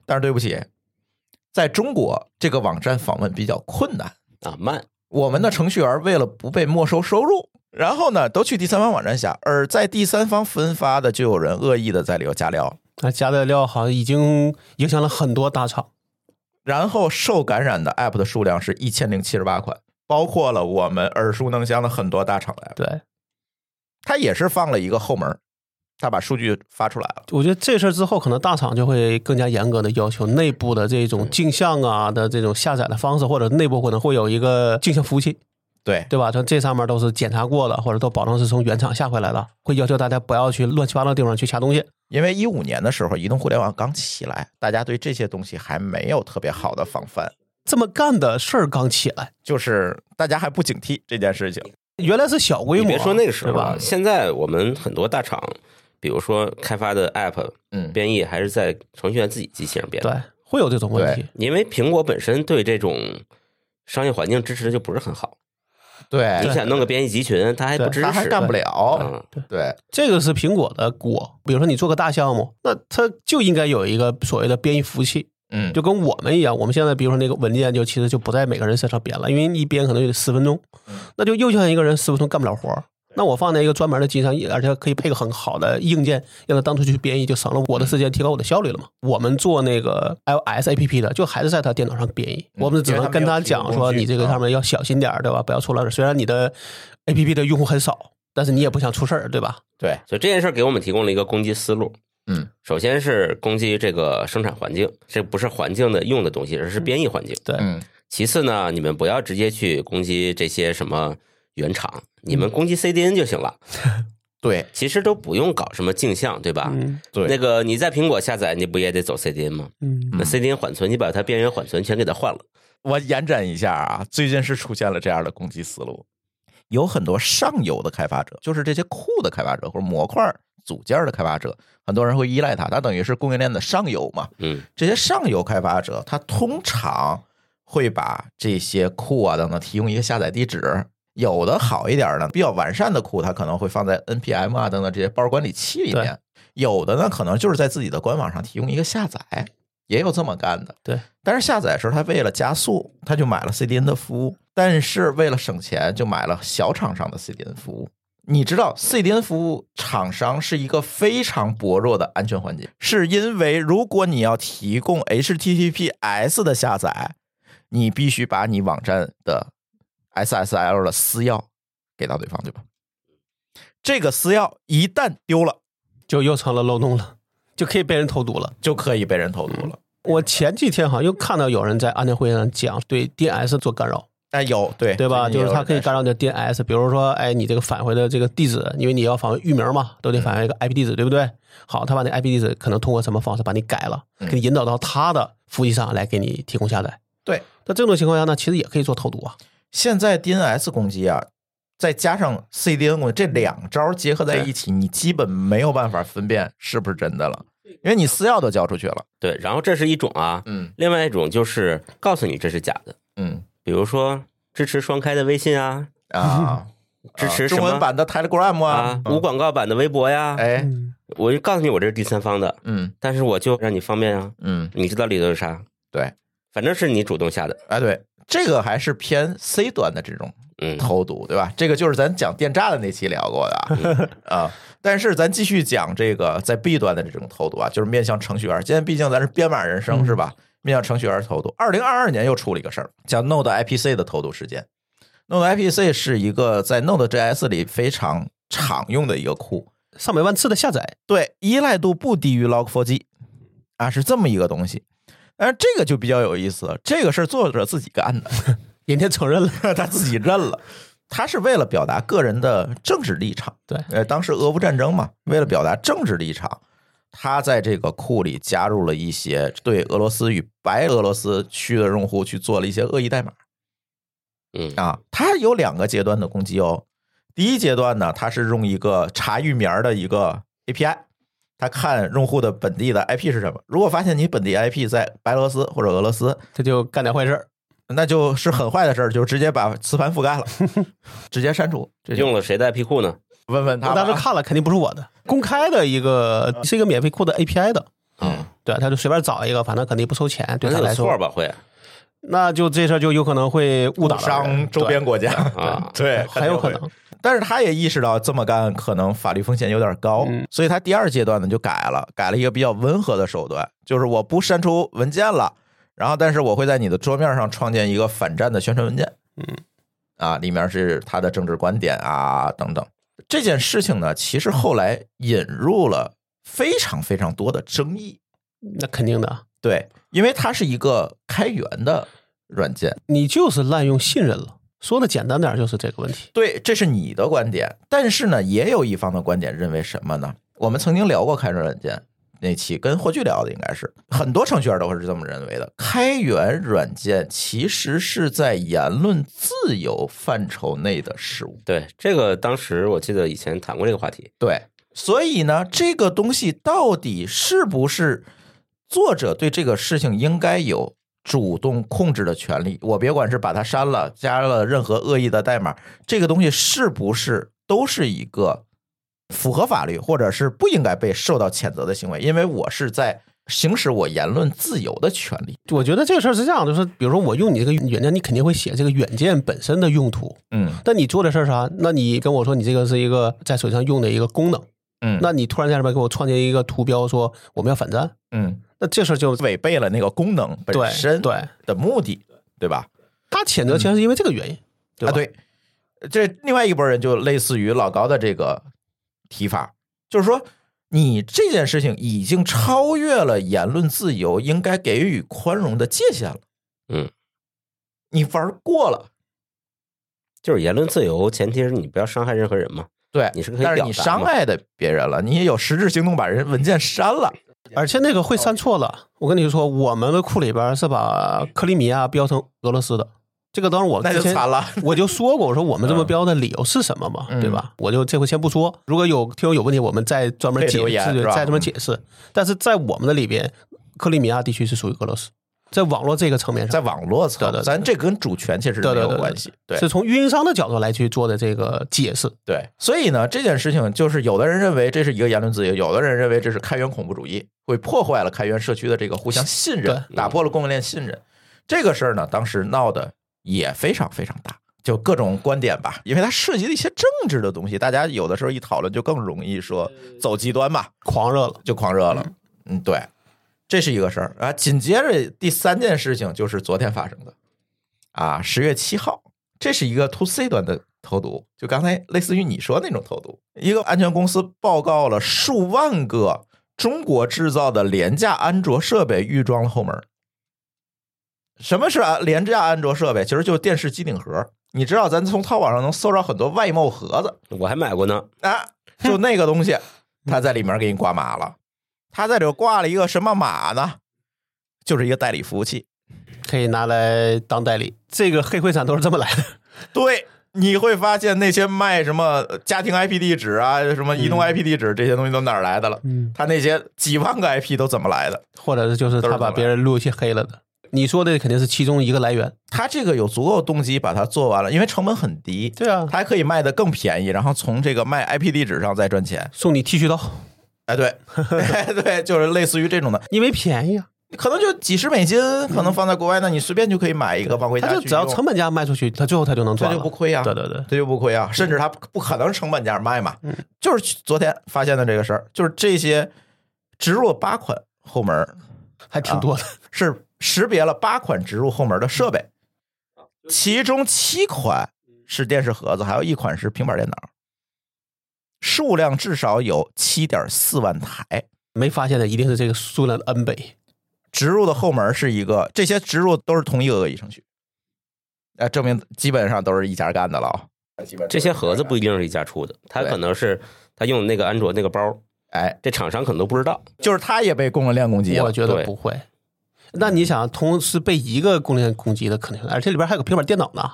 Speaker 2: 但是对不起，在中国这个网站访问比较困难，
Speaker 3: 啊慢，
Speaker 2: 我们的程序员为了不被没收收入，然后呢都去第三方网站下，而在第三方分发的就有人恶意的在里头加料，
Speaker 4: 那加的料好像已经影响了很多大厂，
Speaker 2: 然后受感染的 app 的数量是一千零七十八款，包括了我们耳熟能详的很多大厂的 app，
Speaker 4: 对。
Speaker 2: 它也是放了一个后门，它把数据发出来了。
Speaker 4: 我觉得这事儿之后，可能大厂就会更加严格的要求内部的这种镜像啊的这种下载的方式，或者内部可能会有一个镜像服务器，
Speaker 2: 对，
Speaker 4: 对吧？像这上面都是检查过的，或者都保证是从原厂下回来的，会要求大家不要去乱七八糟的地方去下东西。
Speaker 2: 因为一五年的时候，移动互联网刚起来，大家对这些东西还没有特别好的防范，
Speaker 4: 这么干的事儿刚起来，
Speaker 2: 就是大家还不警惕这件事情。
Speaker 4: 原来是小规
Speaker 3: 你
Speaker 4: 模，啊
Speaker 3: 别说那个时候
Speaker 4: 对吧
Speaker 3: 了，现在我们很多大厂，比如说开发的 App
Speaker 2: 嗯，
Speaker 3: 编译还是在程序员自己机器上编的，
Speaker 4: 对，会有这种问题。
Speaker 3: 因为苹果本身对这种商业环境支持就不是很好，你
Speaker 2: 对，
Speaker 3: 想弄个编译集群，他还不支
Speaker 2: 他还
Speaker 3: 持，
Speaker 2: 干不了。
Speaker 3: 嗯，
Speaker 2: 对，
Speaker 4: 这个是苹果的锅。比如说你做个大项目，那它就应该有一个所谓的编译服务器，
Speaker 2: 嗯，
Speaker 4: 就跟我们一样。我们现在比如说那个文件就其实就不在每个人身上编了，因为一编可能就得十分钟，那就又像一个人十分钟干不了活儿。那我放在一个专门的机上，而且可以配个很好的硬件，让它当初去编译，就省了我的时间，提高我的效率了嘛。我们做那个 iOS APP 的，就还是在他电脑上编译，我们只能跟他讲说，你这个上面要小心点儿，对吧？不要出乱子。虽然你的 APP 的用户很少，但是你也不想出事儿，对吧？
Speaker 2: 对，
Speaker 3: 所以这件事儿给我们提供了一个攻击思路。
Speaker 2: 嗯，
Speaker 3: 首先是攻击这个生产环境，这不是环境的用的东西，而是编译环境。
Speaker 4: 对，
Speaker 2: 嗯，
Speaker 3: 其次呢，你们不要直接去攻击这些什么原厂，你
Speaker 2: 嗯
Speaker 3: 们攻击 CDN 就行了。
Speaker 2: 对，
Speaker 3: 其实都不用搞什么镜像，对吧？
Speaker 4: 嗯
Speaker 2: 对
Speaker 3: 那个你在苹果下载，你不也得走 CDN 吗？
Speaker 4: 嗯
Speaker 3: 那 CDN 缓存，你把它边缘缓存全给它换了。
Speaker 2: 我延展一下啊，最近是出现了这样的攻击思路，有很多上游的开发者，就是这些库的开发者或者模块组件的开发者，很多人会依赖它，它等于是供应链的上游嘛。
Speaker 3: 嗯，
Speaker 2: 这些上游开发者，他通常会把这些库啊等等提供一个下载地址。有的好一点呢，比较完善的库，它可能会放在 NPM 啊等等这些包管理器里面；有的呢，可能就是在自己的官网上提供一个下载，也有这么干的。
Speaker 4: 对，
Speaker 2: 但是下载的时候，他为了加速，他就买了 CDN 的服务；但是为了省钱，就买了小厂商的 CDN 服务。你知道 CDN 服务厂商是一个非常薄弱的安全环节，是因为如果你要提供 HTTPS 的下载，你必须把你网站的 SSL 的私钥给到对方，对吧？这个私钥一旦丢了，
Speaker 4: 就又成了漏洞了，就可以被人投毒了。
Speaker 2: 就可以被人投毒了。
Speaker 4: 我前几天好像又看到有人在安全会上讲对 DNS 做干扰，
Speaker 2: 哎，有对
Speaker 4: 对吧？
Speaker 2: 最近
Speaker 4: 就是
Speaker 2: 也有
Speaker 4: 它
Speaker 2: 人
Speaker 4: 可以
Speaker 2: 在
Speaker 4: 干扰你的 DNS，比如说，哎，你这个返回的这个地址，因为你要返回域名嘛，
Speaker 2: 嗯
Speaker 4: 都得返回一个 IP 地址，对不对？好，他把那 IP 地址可能通过什么方式把你改了，
Speaker 2: 嗯
Speaker 4: 给你引导到他的服务器上来给你提供下载。
Speaker 2: 对，
Speaker 4: 那这种情况下呢，其实也可以做投毒啊。
Speaker 2: 现在 DNS 攻击啊，再加上 CDN 攻击，这两招结合在一起，你基本没有办法分辨是不是真的了，因为你私钥都交出去了。
Speaker 3: 对，然后这是一种啊，
Speaker 2: 嗯
Speaker 3: 另外一种就是告诉你这是假的，
Speaker 2: 嗯
Speaker 3: 比如说支持双开的微信啊，
Speaker 2: 啊，
Speaker 3: 支持
Speaker 2: 啊
Speaker 3: 什
Speaker 2: 中
Speaker 3: 么
Speaker 2: 文版的 Telegram
Speaker 3: 啊
Speaker 2: 啊，，
Speaker 3: 无
Speaker 2: 嗯
Speaker 3: 广告版的微博呀，
Speaker 2: 哎，
Speaker 4: 嗯，
Speaker 3: 我就告诉你我这是第三方的，
Speaker 2: 嗯
Speaker 3: 但是我就让你方便啊，
Speaker 2: 嗯，
Speaker 3: 你知道里头有啥？
Speaker 2: 对，
Speaker 3: 反正是你主动下的，
Speaker 2: 哎对，这个还是偏 C 端的这种
Speaker 3: 嗯，
Speaker 2: 投毒，对吧？这个就是咱讲电诈的那期聊过的啊 啊。但是咱继续讲这个在 B 端的这种投毒啊，就是面向程序员。今天毕竟咱是编码人生是吧？面向程序员投毒。二零二二年又出了一个事儿，叫 Node IPC 的投毒事件。Node IPC 是一个在 Node JS 里非常常用的一个库，
Speaker 4: 上百万次的下载，
Speaker 2: 对，依赖度不低于 Log4j 啊，是这么一个东西。但是这个就比较有意思了，这个事儿作者自己干的。
Speaker 4: 人家承认了。
Speaker 2: 他自己认了，他是为了表达个人的政治立场。
Speaker 4: 对
Speaker 2: 呃，当时俄乌战争嘛，为了表达政治立场，他在这个库里加入了一些对俄罗斯与白俄罗斯区的用户去做了一些恶意代码
Speaker 3: 嗯
Speaker 2: 啊。他有两个阶段的攻击哦。第一阶段呢，他是用一个查域名儿的一个 API，他看用户的本地的 IP 是什么。如果发现你本地 IP 在白俄罗斯或者俄罗斯，
Speaker 4: 他就干点坏事儿，
Speaker 2: 那就是很坏的事儿，就直接把磁盘覆盖 了，直接删除。这就
Speaker 3: 用了谁的 IP 库呢？
Speaker 2: 问问他
Speaker 4: 我
Speaker 2: 吧，
Speaker 4: 当时看了，肯定不是我的，公开的一个是一个免费库的 API 的，
Speaker 2: 嗯，
Speaker 4: 对，他就随便找一个，反正肯定不收钱，对
Speaker 3: 那
Speaker 4: 他
Speaker 3: 有
Speaker 4: 来
Speaker 3: 错
Speaker 4: 说，
Speaker 3: 吧？会
Speaker 4: 那就这事儿就有可能会误导到人
Speaker 2: 伤周边，国家
Speaker 3: 啊
Speaker 2: 对
Speaker 4: 对， 很有可能。
Speaker 2: 但是他也意识到这么干可能法律风险有点高，
Speaker 4: 嗯
Speaker 2: 所以他第二阶段呢就改了，改了一个比较温和的手段，就是我不删除文件了，然后但是我会在你的桌面上创建一个反战的宣传文件，
Speaker 4: 嗯，
Speaker 2: 啊，里面是他的政治观点啊等等。这件事情呢，其实后来引入了非常非常多的争议，
Speaker 4: 那肯定的，
Speaker 2: 对，因为它是一个开源的软件。
Speaker 4: 你就是滥用信任了。说的简单点儿就是这个问题，
Speaker 2: 对，这是你的观点，但是呢，也有一方的观点认为什么呢？我们曾经聊过开源软件那期，跟霍炬聊的应该是很多程序员都是这么认为的。开源软件其实是在言论自由范畴内的事物，
Speaker 3: 对，这个当时我记得以前谈过这个话题，
Speaker 2: 对，所以呢，这个东西到底是不是作者对这个事情应该有主动控制的权利？我别管是把它删了，加了任何恶意的代码，这个东西是不是都是一个符合法律，或者是不应该被受到谴责的行为？因为我是在行使我言论自由的权利。
Speaker 4: 我觉得这个事儿是这样的，就是比如说我用你这个软件，你肯定会写这个软件本身的用途，
Speaker 2: 嗯
Speaker 4: 但你做的事儿啥？那你跟我说你这个是一个在手机上用的一个功能，
Speaker 2: 嗯
Speaker 4: 那你突然在这边给我创建一个图标说我们要反战，
Speaker 2: 嗯，
Speaker 4: 那这事儿就
Speaker 2: 违背了那个功能本
Speaker 4: 对
Speaker 2: 身
Speaker 4: 对
Speaker 2: 的目的，对吧？
Speaker 4: 他谴责其实是因为这个原因，对
Speaker 2: 啊，
Speaker 4: 吧？
Speaker 2: 对，这另外一拨人就类似于老高的这个提法，就是说你这件事情已经超越了言论自由应该给予宽容的界限了。
Speaker 3: 嗯，
Speaker 2: 你玩过了，
Speaker 3: 就是言论自由，前提是你不要伤害任何人嘛。
Speaker 2: 对，
Speaker 3: 你是可以
Speaker 2: 但是
Speaker 3: 表
Speaker 2: 你
Speaker 3: 达
Speaker 2: 伤
Speaker 3: 嘛
Speaker 2: 害的别人了，你也有实质行动把人文件删了。
Speaker 4: 而且那个会删错了。我跟你说，我们的库里边是把克里米亚标成俄罗斯的，这个当然我
Speaker 2: 嗯那就
Speaker 4: 之前
Speaker 2: 惨 了
Speaker 4: 我就说过，我说我们这么标的理由是什么嘛，
Speaker 2: 嗯
Speaker 4: 对吧？我就这回先不说，如果有听友有问题，我们再专门
Speaker 2: 可以
Speaker 4: 解
Speaker 2: 留言
Speaker 4: 释，
Speaker 2: 是吧
Speaker 4: 再专门解释。但是在我们的里边，克里米亚地区是属于俄罗斯，在网络这个层面
Speaker 2: 在
Speaker 4: 上，
Speaker 2: 网络层，
Speaker 4: 对对对
Speaker 2: 咱这跟主权其实
Speaker 4: 对
Speaker 2: 没
Speaker 4: 对
Speaker 2: 有
Speaker 4: 对对
Speaker 2: 关系。对
Speaker 4: 是从运营商的角度来去做的这个解释。
Speaker 2: 对，所以呢，这件事情就是有的人认为这是一个言论自由，有的人认为这是开源恐怖主义，会破坏了开源社区的这个互相信任，打破了供应链信任。这个事儿呢，当时闹得也非常非常大。就各种观点吧，因为它涉及了一些政治的东西，大家有的时候一讨论就更容易说走极端吧，
Speaker 4: 狂热了。
Speaker 2: 就狂热了。嗯，对，这是一个事儿啊。紧接着第三件事情就是昨天发生的啊，十月七号，这是一个 to C 端的投毒，就刚才类似于你说那种投毒，一个安全公司报告了数万个中国制造的廉价安卓设备预装了后门。什么是啊廉价安卓设备？其实就是电视机顶盒。你知道，咱从淘宝上能搜到很多外贸盒子，
Speaker 3: 我还买过呢，
Speaker 2: 啊，就那个东西，他在里面给你挂码了，他在里头挂了一个什么码呢？就是一个代理服务器。
Speaker 4: 可以拿来当代理。这个黑会产都是这么来的，
Speaker 2: 对，你会发现那些卖什么家庭 IP 地址啊，什么移动 IP 地址这些东西都哪儿来的了？
Speaker 4: 嗯，
Speaker 2: 他那些几万个 IP 都怎么来的？
Speaker 4: 或者是就是
Speaker 2: 都是
Speaker 4: 他
Speaker 2: 这么
Speaker 4: 把
Speaker 2: 来
Speaker 4: 别人路由器黑了的。你说的肯定是其中一个来源。
Speaker 2: 他这个有足够动机把它做完了，因为成本很低，
Speaker 4: 对啊
Speaker 2: 他，还可以卖的更便宜，然后从这个卖 IP 地址上再赚钱。
Speaker 4: 送你剃须刀，
Speaker 2: 哎，对，哎，对，就是类似于这种的，
Speaker 4: 因为便宜啊，
Speaker 2: 可能就几十美金，可能放在国外，那你随便就可以买一个放回家
Speaker 4: 他
Speaker 2: 去
Speaker 4: 嗯就
Speaker 2: 用。
Speaker 4: 只要成本价卖出去，他最后他就能
Speaker 2: 这
Speaker 4: 赚
Speaker 2: 就
Speaker 4: 了。
Speaker 2: 不亏啊，
Speaker 4: 对嗯对对，
Speaker 2: 这就不亏啊，甚至它不可能成本价卖嘛。
Speaker 4: 嗯
Speaker 2: 就是昨天发现的这个事儿，就是这些植入了八款后门儿，
Speaker 4: 还挺多的。
Speaker 2: 啊是识别了八款植入后门的设备，
Speaker 4: 嗯
Speaker 2: 其中七款是电视盒子，还有一款是平板电脑，数量至少有七点四万台。
Speaker 4: 没发现的一定是这个数量的 N 倍。
Speaker 2: 植入的后门是一个，这些植入都是同一个恶意程序，啊，证明基本上都是一家干的了啊、
Speaker 3: 这些盒子不一定是一家出的，它
Speaker 2: 对
Speaker 3: 可能是他用那个安卓那个包，
Speaker 2: 哎，
Speaker 3: 这厂商可能都不知道。
Speaker 2: 就是他也被供应链攻击
Speaker 4: 我
Speaker 2: 了。
Speaker 4: 觉得
Speaker 3: 对
Speaker 4: 不会。那你想，同时被一个供应链攻击的可能，而这里边还有个平板电脑呢，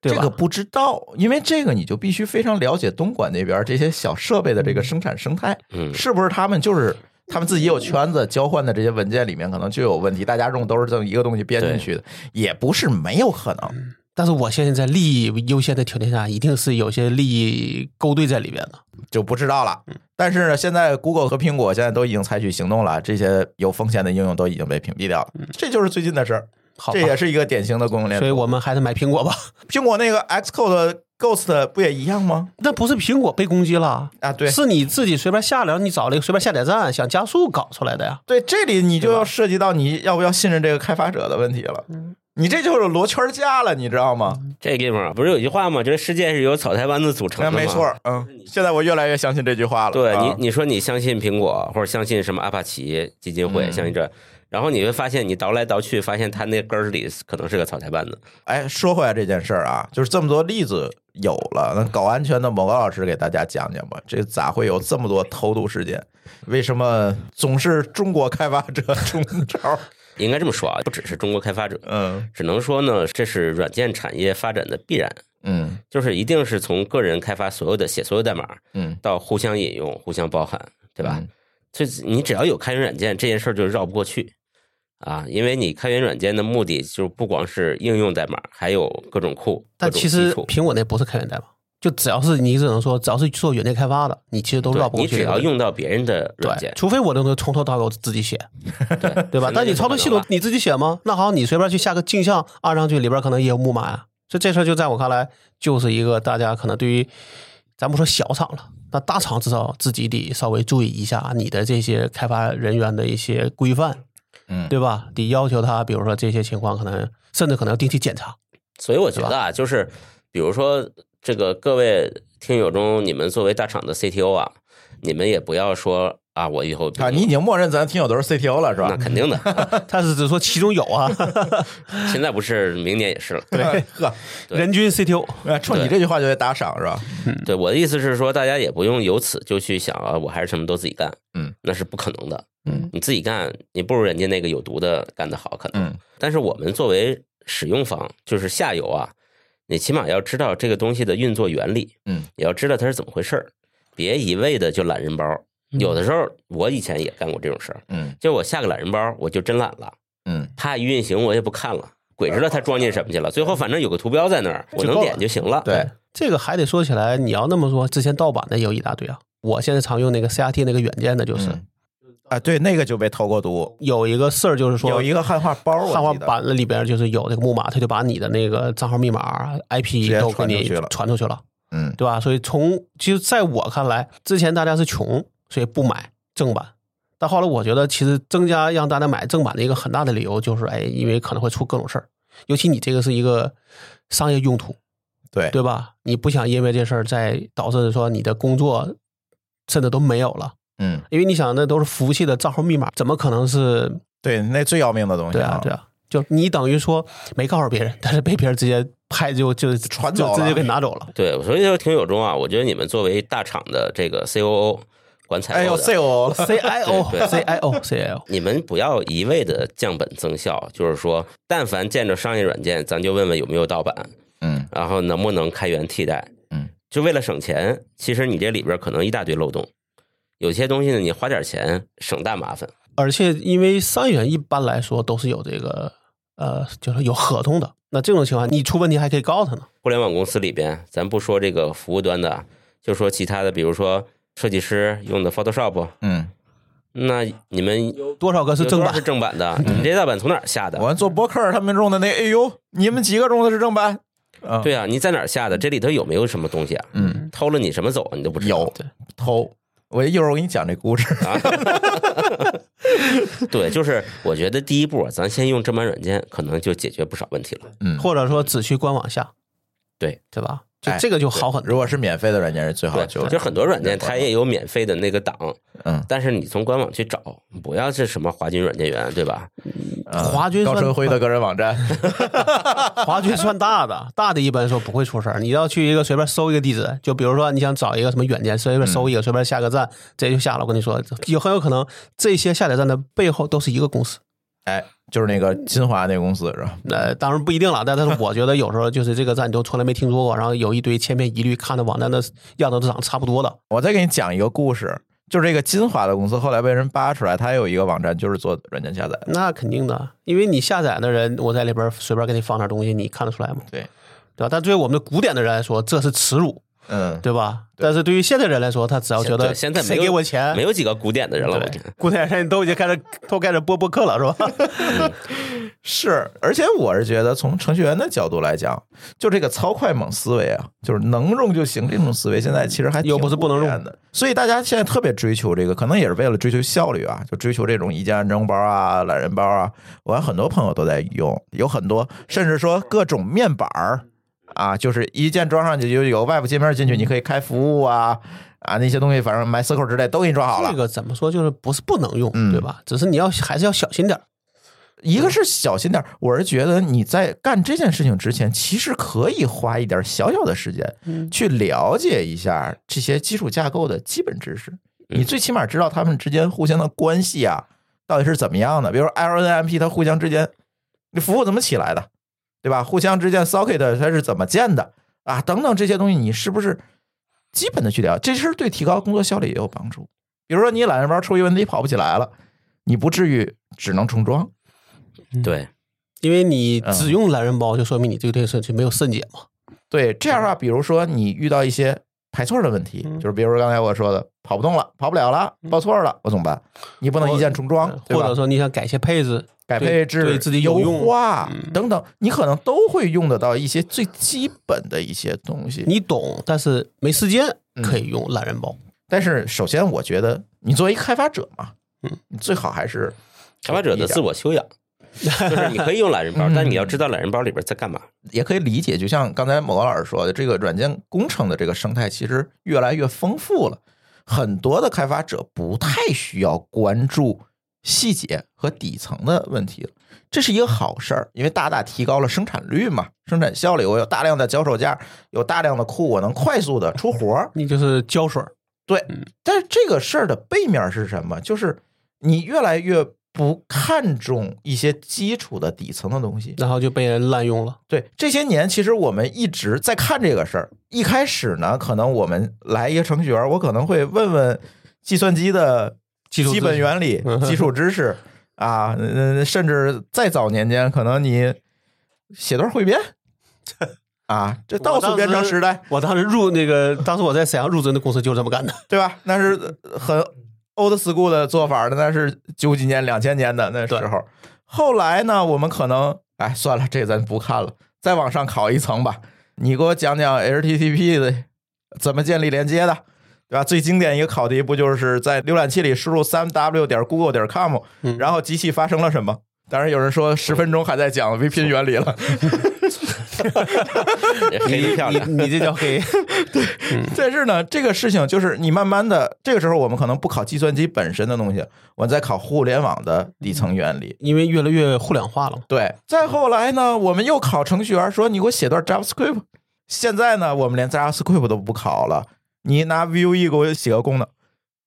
Speaker 4: 对
Speaker 2: 这
Speaker 4: 吧？
Speaker 2: 个不知道，因为这个你就必须非常了解东莞那边这些小设备的这个生产生态，
Speaker 3: 嗯，
Speaker 2: 是不是他们就是他们自己有圈子交换的这些文件里面可能就有问题，大家用都是这么一个东西编进去的，也不是没有可能。
Speaker 4: 但是我相信，在利益优先的条件下，一定是有些利益勾兑在里边的。
Speaker 2: 就不知道了。
Speaker 4: 嗯
Speaker 2: 但是呢，现在 Google 和苹果现在都已经采取行动了，这些有风险的应用都已经被屏蔽掉了。这就是最近的事儿，
Speaker 4: 嗯好吧
Speaker 2: 这，也是一个典型的供应
Speaker 4: 所以
Speaker 2: 链。
Speaker 4: 我们还是买苹果吧。
Speaker 2: 苹果那个 Xcode Ghost 不也一样吗？
Speaker 4: 那不是苹果被攻击了，
Speaker 2: 啊，对，
Speaker 4: 是你自己随便下了，你找了一个随便下载站想加速搞出来的呀。
Speaker 2: 对，这里你就要涉及到你要不要信任这个开发者的问题了。
Speaker 4: 嗯
Speaker 2: 你这就是罗圈架了，你知道吗？
Speaker 3: 这地方不是有一句话吗？这个世界是由草台班子组成
Speaker 2: 那
Speaker 3: 的吗？
Speaker 2: 没错，嗯，现在我越来越相信这句话了。
Speaker 3: 对
Speaker 2: 啊
Speaker 3: 你，你说你相信苹果，或者相信什么阿帕奇基金会，相
Speaker 2: 嗯
Speaker 3: 信这，然后你会发现你倒来倒去，发现他那根儿里可能是个草台班子。
Speaker 2: 哎，说回来这件事儿啊，就是这么多例子有了，那搞安全的某个老师给大家讲讲吧，这咋会有这么多偷渡事件？为什么总是中国开发者 中招？
Speaker 3: 应该这么说啊，不只是中国开发者，
Speaker 2: 嗯
Speaker 3: 只能说呢，这是软件产业发展的必然，
Speaker 2: 嗯
Speaker 3: 就是一定是从个人开发所有的写所有代码，
Speaker 2: 嗯，
Speaker 3: 到互相引用、互相包含，对吧
Speaker 2: 嗯？
Speaker 3: 所以你只要有开源软件，这件事儿就绕不过去啊，因为你开源软件的目的就是不光是应用代码，还有各种库、各
Speaker 4: 但
Speaker 3: 种
Speaker 4: 其
Speaker 3: 基
Speaker 4: 实
Speaker 3: 础。
Speaker 4: 苹果那不是开源代码，就只要是你只能说，只要是做软件开发的，你其实都绕
Speaker 3: 对
Speaker 4: 不过
Speaker 3: 你
Speaker 4: 去。
Speaker 3: 只要用到别人的软
Speaker 4: 对
Speaker 3: 件，，
Speaker 4: 除非我都能从头到尾我自己写，
Speaker 3: 对
Speaker 4: 对吧？但你操作系统你自己写吗？那好，你随便去下个镜像按上去，里边可能也有木马呀、所以这事儿就在我看来，就是一个大家可能对于，咱不说小厂了，那大厂至少自己得稍微注意一下你的这些开发人员的一些规范，
Speaker 2: 嗯
Speaker 4: 对吧？得要求他，比如说这些情况可能甚至可能要定期检 查。
Speaker 3: 所以我觉得啊，就是比如说这个各位听友中，你们作为大厂的 CTO 啊，你们也不要说啊，我以后
Speaker 2: 啊，你已经默认咱听友都是 CTO 了是
Speaker 3: 那
Speaker 2: 吧？
Speaker 3: 肯定的，啊
Speaker 4: 但是只说其中有啊，
Speaker 3: 现在不是，明年也是了。
Speaker 2: 对， 呵，
Speaker 3: 对
Speaker 4: 人均 CTO
Speaker 2: 呃冲你这句话就得打赏是吧？
Speaker 3: 对我的意思是说，大家也不用由此就去想啊，我还是什么都自己干，
Speaker 2: 嗯，
Speaker 3: 那是不可能的。
Speaker 2: 嗯，
Speaker 3: 你自己干，你不如人家那个有毒的干得好，可能。
Speaker 2: 嗯
Speaker 3: 但是我们作为使用方，就是下游啊，你起码要知道这个东西的运作原理，
Speaker 2: 嗯，
Speaker 3: 也要知道它是怎么回事儿，别一味的就懒人包。有的时候，我以前也干过这种事儿，
Speaker 2: 嗯
Speaker 3: 就我下个懒人包，我就真懒了，
Speaker 2: 嗯，
Speaker 3: 它一运行我也不看了，鬼知道它装进什么去了。最后反正有个图标在那儿，我能点就行了。
Speaker 2: 对，
Speaker 4: 这个还得说起来，你要那么说，之前盗版的也有一大堆啊。我现在常用那个 CRT 那个软件的，就是、
Speaker 2: 嗯啊，对，那个就被偷过毒。
Speaker 4: 有一个事儿就是说，
Speaker 2: 有一个汉化包，
Speaker 4: 汉
Speaker 2: 我
Speaker 4: 化
Speaker 2: 记得
Speaker 4: 版的里边就是有那个木马，他就把你的那个账号密码、
Speaker 2: 直
Speaker 4: IP
Speaker 2: 接
Speaker 4: 都给
Speaker 2: 传出
Speaker 4: 你
Speaker 2: 去了
Speaker 4: 传出去了，
Speaker 2: 嗯，
Speaker 4: 对吧？所以从其实在我看来，之前大家是穷，所以不买正版。但后来我觉得，其实增加让大家买正版的一个很大的理由就是，哎，因为可能会出各种事儿，尤其你这个是一个商业用途，
Speaker 2: 对，
Speaker 4: 对吧？你不想因为这事儿再导致说你的工作甚至都没有了，
Speaker 2: 嗯，
Speaker 4: 因为你想，那都是服务器的账号密码，怎么可能是
Speaker 2: 对，那最要命的东西
Speaker 4: 对啊，对啊，就你等于说没告诉别人，但是被别人直接拍就就
Speaker 2: 传走
Speaker 4: 就
Speaker 2: 了
Speaker 4: 直接给拿走了。
Speaker 3: 对，所以说听友中啊，我觉得你们作为大厂的这个 COO 管
Speaker 2: 哎
Speaker 3: 采
Speaker 2: 呦
Speaker 3: 购的，
Speaker 2: ，CO 了，
Speaker 4: 啊 C I O
Speaker 3: 对对
Speaker 4: C I O C I O，
Speaker 3: 你们不要一味的降本增效，就是说，但凡见着商业软件，咱就问问有没有盗版，
Speaker 2: 嗯
Speaker 3: 然后能不能开源替代。
Speaker 2: 嗯，
Speaker 3: 就为了省钱，其实你这里边可能一大堆漏洞，有些东西呢，你花点钱省大麻烦。
Speaker 4: 而且因为商业一般来说都是有这个呃，就是有合同的。那这种情况，你出问题还可以告他呢。
Speaker 3: 互联网公司里边，咱不说这个服务端的啊，就说其他的，比如说设计师用的 Photoshop，
Speaker 2: 嗯，
Speaker 3: 那你们
Speaker 4: 多少个是
Speaker 3: 有
Speaker 4: 正
Speaker 3: 多少
Speaker 4: 版
Speaker 3: 是？正版的，你这盗版从哪儿下的
Speaker 2: 我？们做博客，他们用的那，哎呦，你们几个用的是正版？嗯，，
Speaker 3: 对啊，你在哪儿下的？这里头有没有什么东西啊？
Speaker 2: 嗯，
Speaker 3: 偷了你什么走啊？你都不知道。
Speaker 2: 有偷。我一会儿我给你讲这 故事。
Speaker 3: 对，就是我觉得第一步，咱先用正版软件，可能就解决不少问题了。
Speaker 2: 嗯，
Speaker 4: 或者说只去官网下，
Speaker 3: 对
Speaker 4: 对吧？就
Speaker 2: 哎
Speaker 4: 这个就好很多。
Speaker 2: 如果是免费的软件是最
Speaker 4: 啊
Speaker 2: 好，
Speaker 3: 对，
Speaker 2: 就
Speaker 3: 就很多软件它也有免费的那个档，
Speaker 2: 嗯，
Speaker 3: 但是你从官网去找，不要是什么华军软件园，对吧？
Speaker 2: 嗯
Speaker 4: 华军
Speaker 2: 高
Speaker 4: 算
Speaker 2: 春辉的个人网 站，
Speaker 4: 华军算大的， 大的一般说不会出事儿。你要去一个随便搜一个地址，就比如说你想找一个什么软件，随便搜一个，随便下个站，直接就下了。我跟你说，有很有可能这些下载站的背后都是一个公司。
Speaker 2: 哎，就是那个金华那公司是吧？
Speaker 4: 那、当然不一定了，但但是我觉得有时候就是这个站你都从来没听说过，然后有一堆千篇一律，看的网站的样子都长得差不多的。
Speaker 2: 我再给你讲一个故事，就是这个金华的公司后来被人扒出来，它有一个网站就是做软件下载的。
Speaker 4: 那肯定的，因为你下载的人，我在里边随便给你放点东西，你看得出来吗？
Speaker 2: 对，
Speaker 4: 对吧？但对于我们的古典的人来说，这是耻辱，
Speaker 2: 嗯，
Speaker 4: 对吧？但是对于现在人来说，他只要觉得
Speaker 3: 对现在没
Speaker 4: 谁
Speaker 3: 有
Speaker 4: 给我钱，
Speaker 3: 没有几个古典的人了，我觉
Speaker 4: 对
Speaker 3: 得。，
Speaker 4: 古典上都已经开始都开始播播客了，是吧？
Speaker 2: 是，而且我是觉得从程序员的角度来讲，就这个超快猛思维啊，就是能用就行这种思维，现在其实还
Speaker 4: 又不是不能用
Speaker 2: 挺普遍的，所以大家现在特别追求这个，可能也是为了追求效率啊，就追求这种一键安装包啊、懒人包啊，我有很多朋友都在用，有很多甚至说各种面板儿啊，就是一键装上去就有外部界面进去，你可以开服务啊啊那些东西，反正 MySQL 之类都给你装 好了
Speaker 4: 这。个怎么说，就是不是不能用，
Speaker 2: 嗯
Speaker 4: 对吧？只是你要还是要小心点儿。
Speaker 2: 一个是小心点儿，我是觉得你在干这件事情之前，其实可以花一点儿小小的时间
Speaker 4: 嗯，
Speaker 2: 去了解一下这些基础架构的基本知识。
Speaker 3: 嗯
Speaker 2: 你最起码知道他们之间互相的关系啊，到底是怎么样的。比如说 LNMP 它互相之间，你服务怎么起来的，对吧？互相之间 socket 它是怎么建的啊？等等这些东西，你是不是基本的去聊？这是对提高工作效率也有帮助。比如说你懒人包出一问题跑不起来了，你不至于只能重装。
Speaker 3: 对，
Speaker 4: 因为你
Speaker 2: 嗯
Speaker 4: 只用懒人包，就说明你这个对社区没有肾结嘛。
Speaker 2: 对，这样的话，比如说你遇到一些排错的问题，
Speaker 4: 嗯
Speaker 2: 就是比如说刚才我说的，跑不动了，跑不了了，报错了，我怎么办？你不能一键重装，对
Speaker 4: 或
Speaker 2: 吧
Speaker 4: 者？说你想改些配置，
Speaker 2: 改
Speaker 4: 对
Speaker 2: 配置、
Speaker 4: 对自己有用
Speaker 2: 优化
Speaker 4: 嗯
Speaker 2: 等等，你可能都会用得到一些最基本的一些东西。
Speaker 4: 你懂，但是没时间
Speaker 2: 嗯
Speaker 4: 可以用懒人包。
Speaker 2: 但是，首先我觉得你作为一个开发者嘛，
Speaker 4: 嗯，
Speaker 2: 你最好还是
Speaker 3: 开发者的自我修 养，就是你可以用懒人包，但你要
Speaker 4: 嗯
Speaker 3: 知道懒人包里边在干嘛。
Speaker 2: 也可以理解，就像刚才某高老师说的，这个软件工程的这个生态其实越来越丰富了，很多的开发者不太需要关注细节和底层的问题了，这是一个好事儿，因为大大提高了生产率嘛，生产效率。我有大量的脚手架，有大量的库，我能快速的出活儿。
Speaker 4: 你就是胶水儿，
Speaker 2: 对，但是这个事儿的背面是什么？就是你越来越不看重一些基础的底层的东西，
Speaker 4: 然后就被人滥用了。
Speaker 2: 对，这些年其实我们一直在看这个事儿。一开始呢，可能我们来一个程序员，我可能会问问计算机的
Speaker 4: 基础知识嗯
Speaker 2: 基本原理、基础知 识啊，嗯，甚至再早年间，可能你写段 汇编啊，这到处编程时代，
Speaker 4: 我当时入那个，当时我在沈阳入职的公司就这么干的。
Speaker 2: 对吧？那是很 old school 的做法呢，那是九几年、两千年的那时候。后来呢，我们可能哎算了，这咱不看了，再往上考一层吧。你给我讲讲 HTTP 的怎么建立连接的，对吧？最经典一个考题不就是在浏览器里输入三 w 点 google 点 com，
Speaker 4: 嗯
Speaker 2: 然后机器发生了什么？当然有人说十分钟还在讲 VPN 原理了，
Speaker 3: 黑的漂亮。
Speaker 4: 你这叫黑，
Speaker 2: 但是呢，这个事情就是你慢慢的，这个时候我们可能不考计算机本身的东西，我在考互联网的底层原理。
Speaker 4: 因为越来越互联化了嘛。
Speaker 2: 对，再后来呢，我们又考程序员，说你给我写段 JavaScript。现在呢，我们连 JavaScript 都不考了，你拿 Vue 给我写个功能，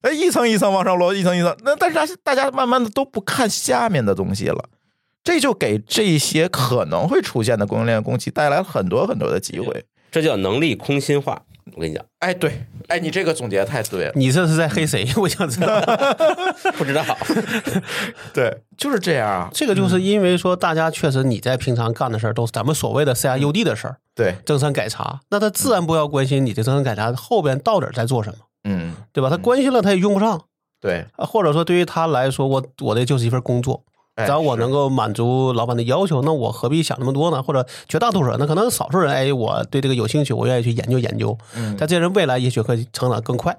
Speaker 2: 哎，一层一层往上摞，一层一层。那但是大家大家慢慢的都不看下面的东西了，这就给这些可能会出现的供应链攻击带来了很多很多的机会。
Speaker 3: 这叫能力空心化。我跟你讲，
Speaker 2: 哎，对，哎，你这个总结太对了。
Speaker 4: 你这是在黑谁？ 我想知道。
Speaker 3: 不 知道
Speaker 2: 对，就是这样啊。
Speaker 4: 这个就是因为说，大家确实你在平常干的事儿都是咱们所
Speaker 2: 嗯
Speaker 4: 谓的 CIUD 的事儿，
Speaker 2: 对，
Speaker 4: 政商改查，那他自然不要关心你这政商改查后边到底儿在做什么，
Speaker 2: 嗯，
Speaker 4: 对吧？他关心了，他也用不上，
Speaker 2: 对，
Speaker 4: 啊或者说对于他来说，我我的就是一份工作，
Speaker 2: 哎
Speaker 4: 只要我能
Speaker 2: 是
Speaker 4: 够满足老板的要求，那我何必想那么多呢？或者绝大多数人，那可能少数人，哎，我对这个有兴趣，我愿意去研究研究。
Speaker 2: 嗯哎
Speaker 4: 但这些人未来也许会成长更快，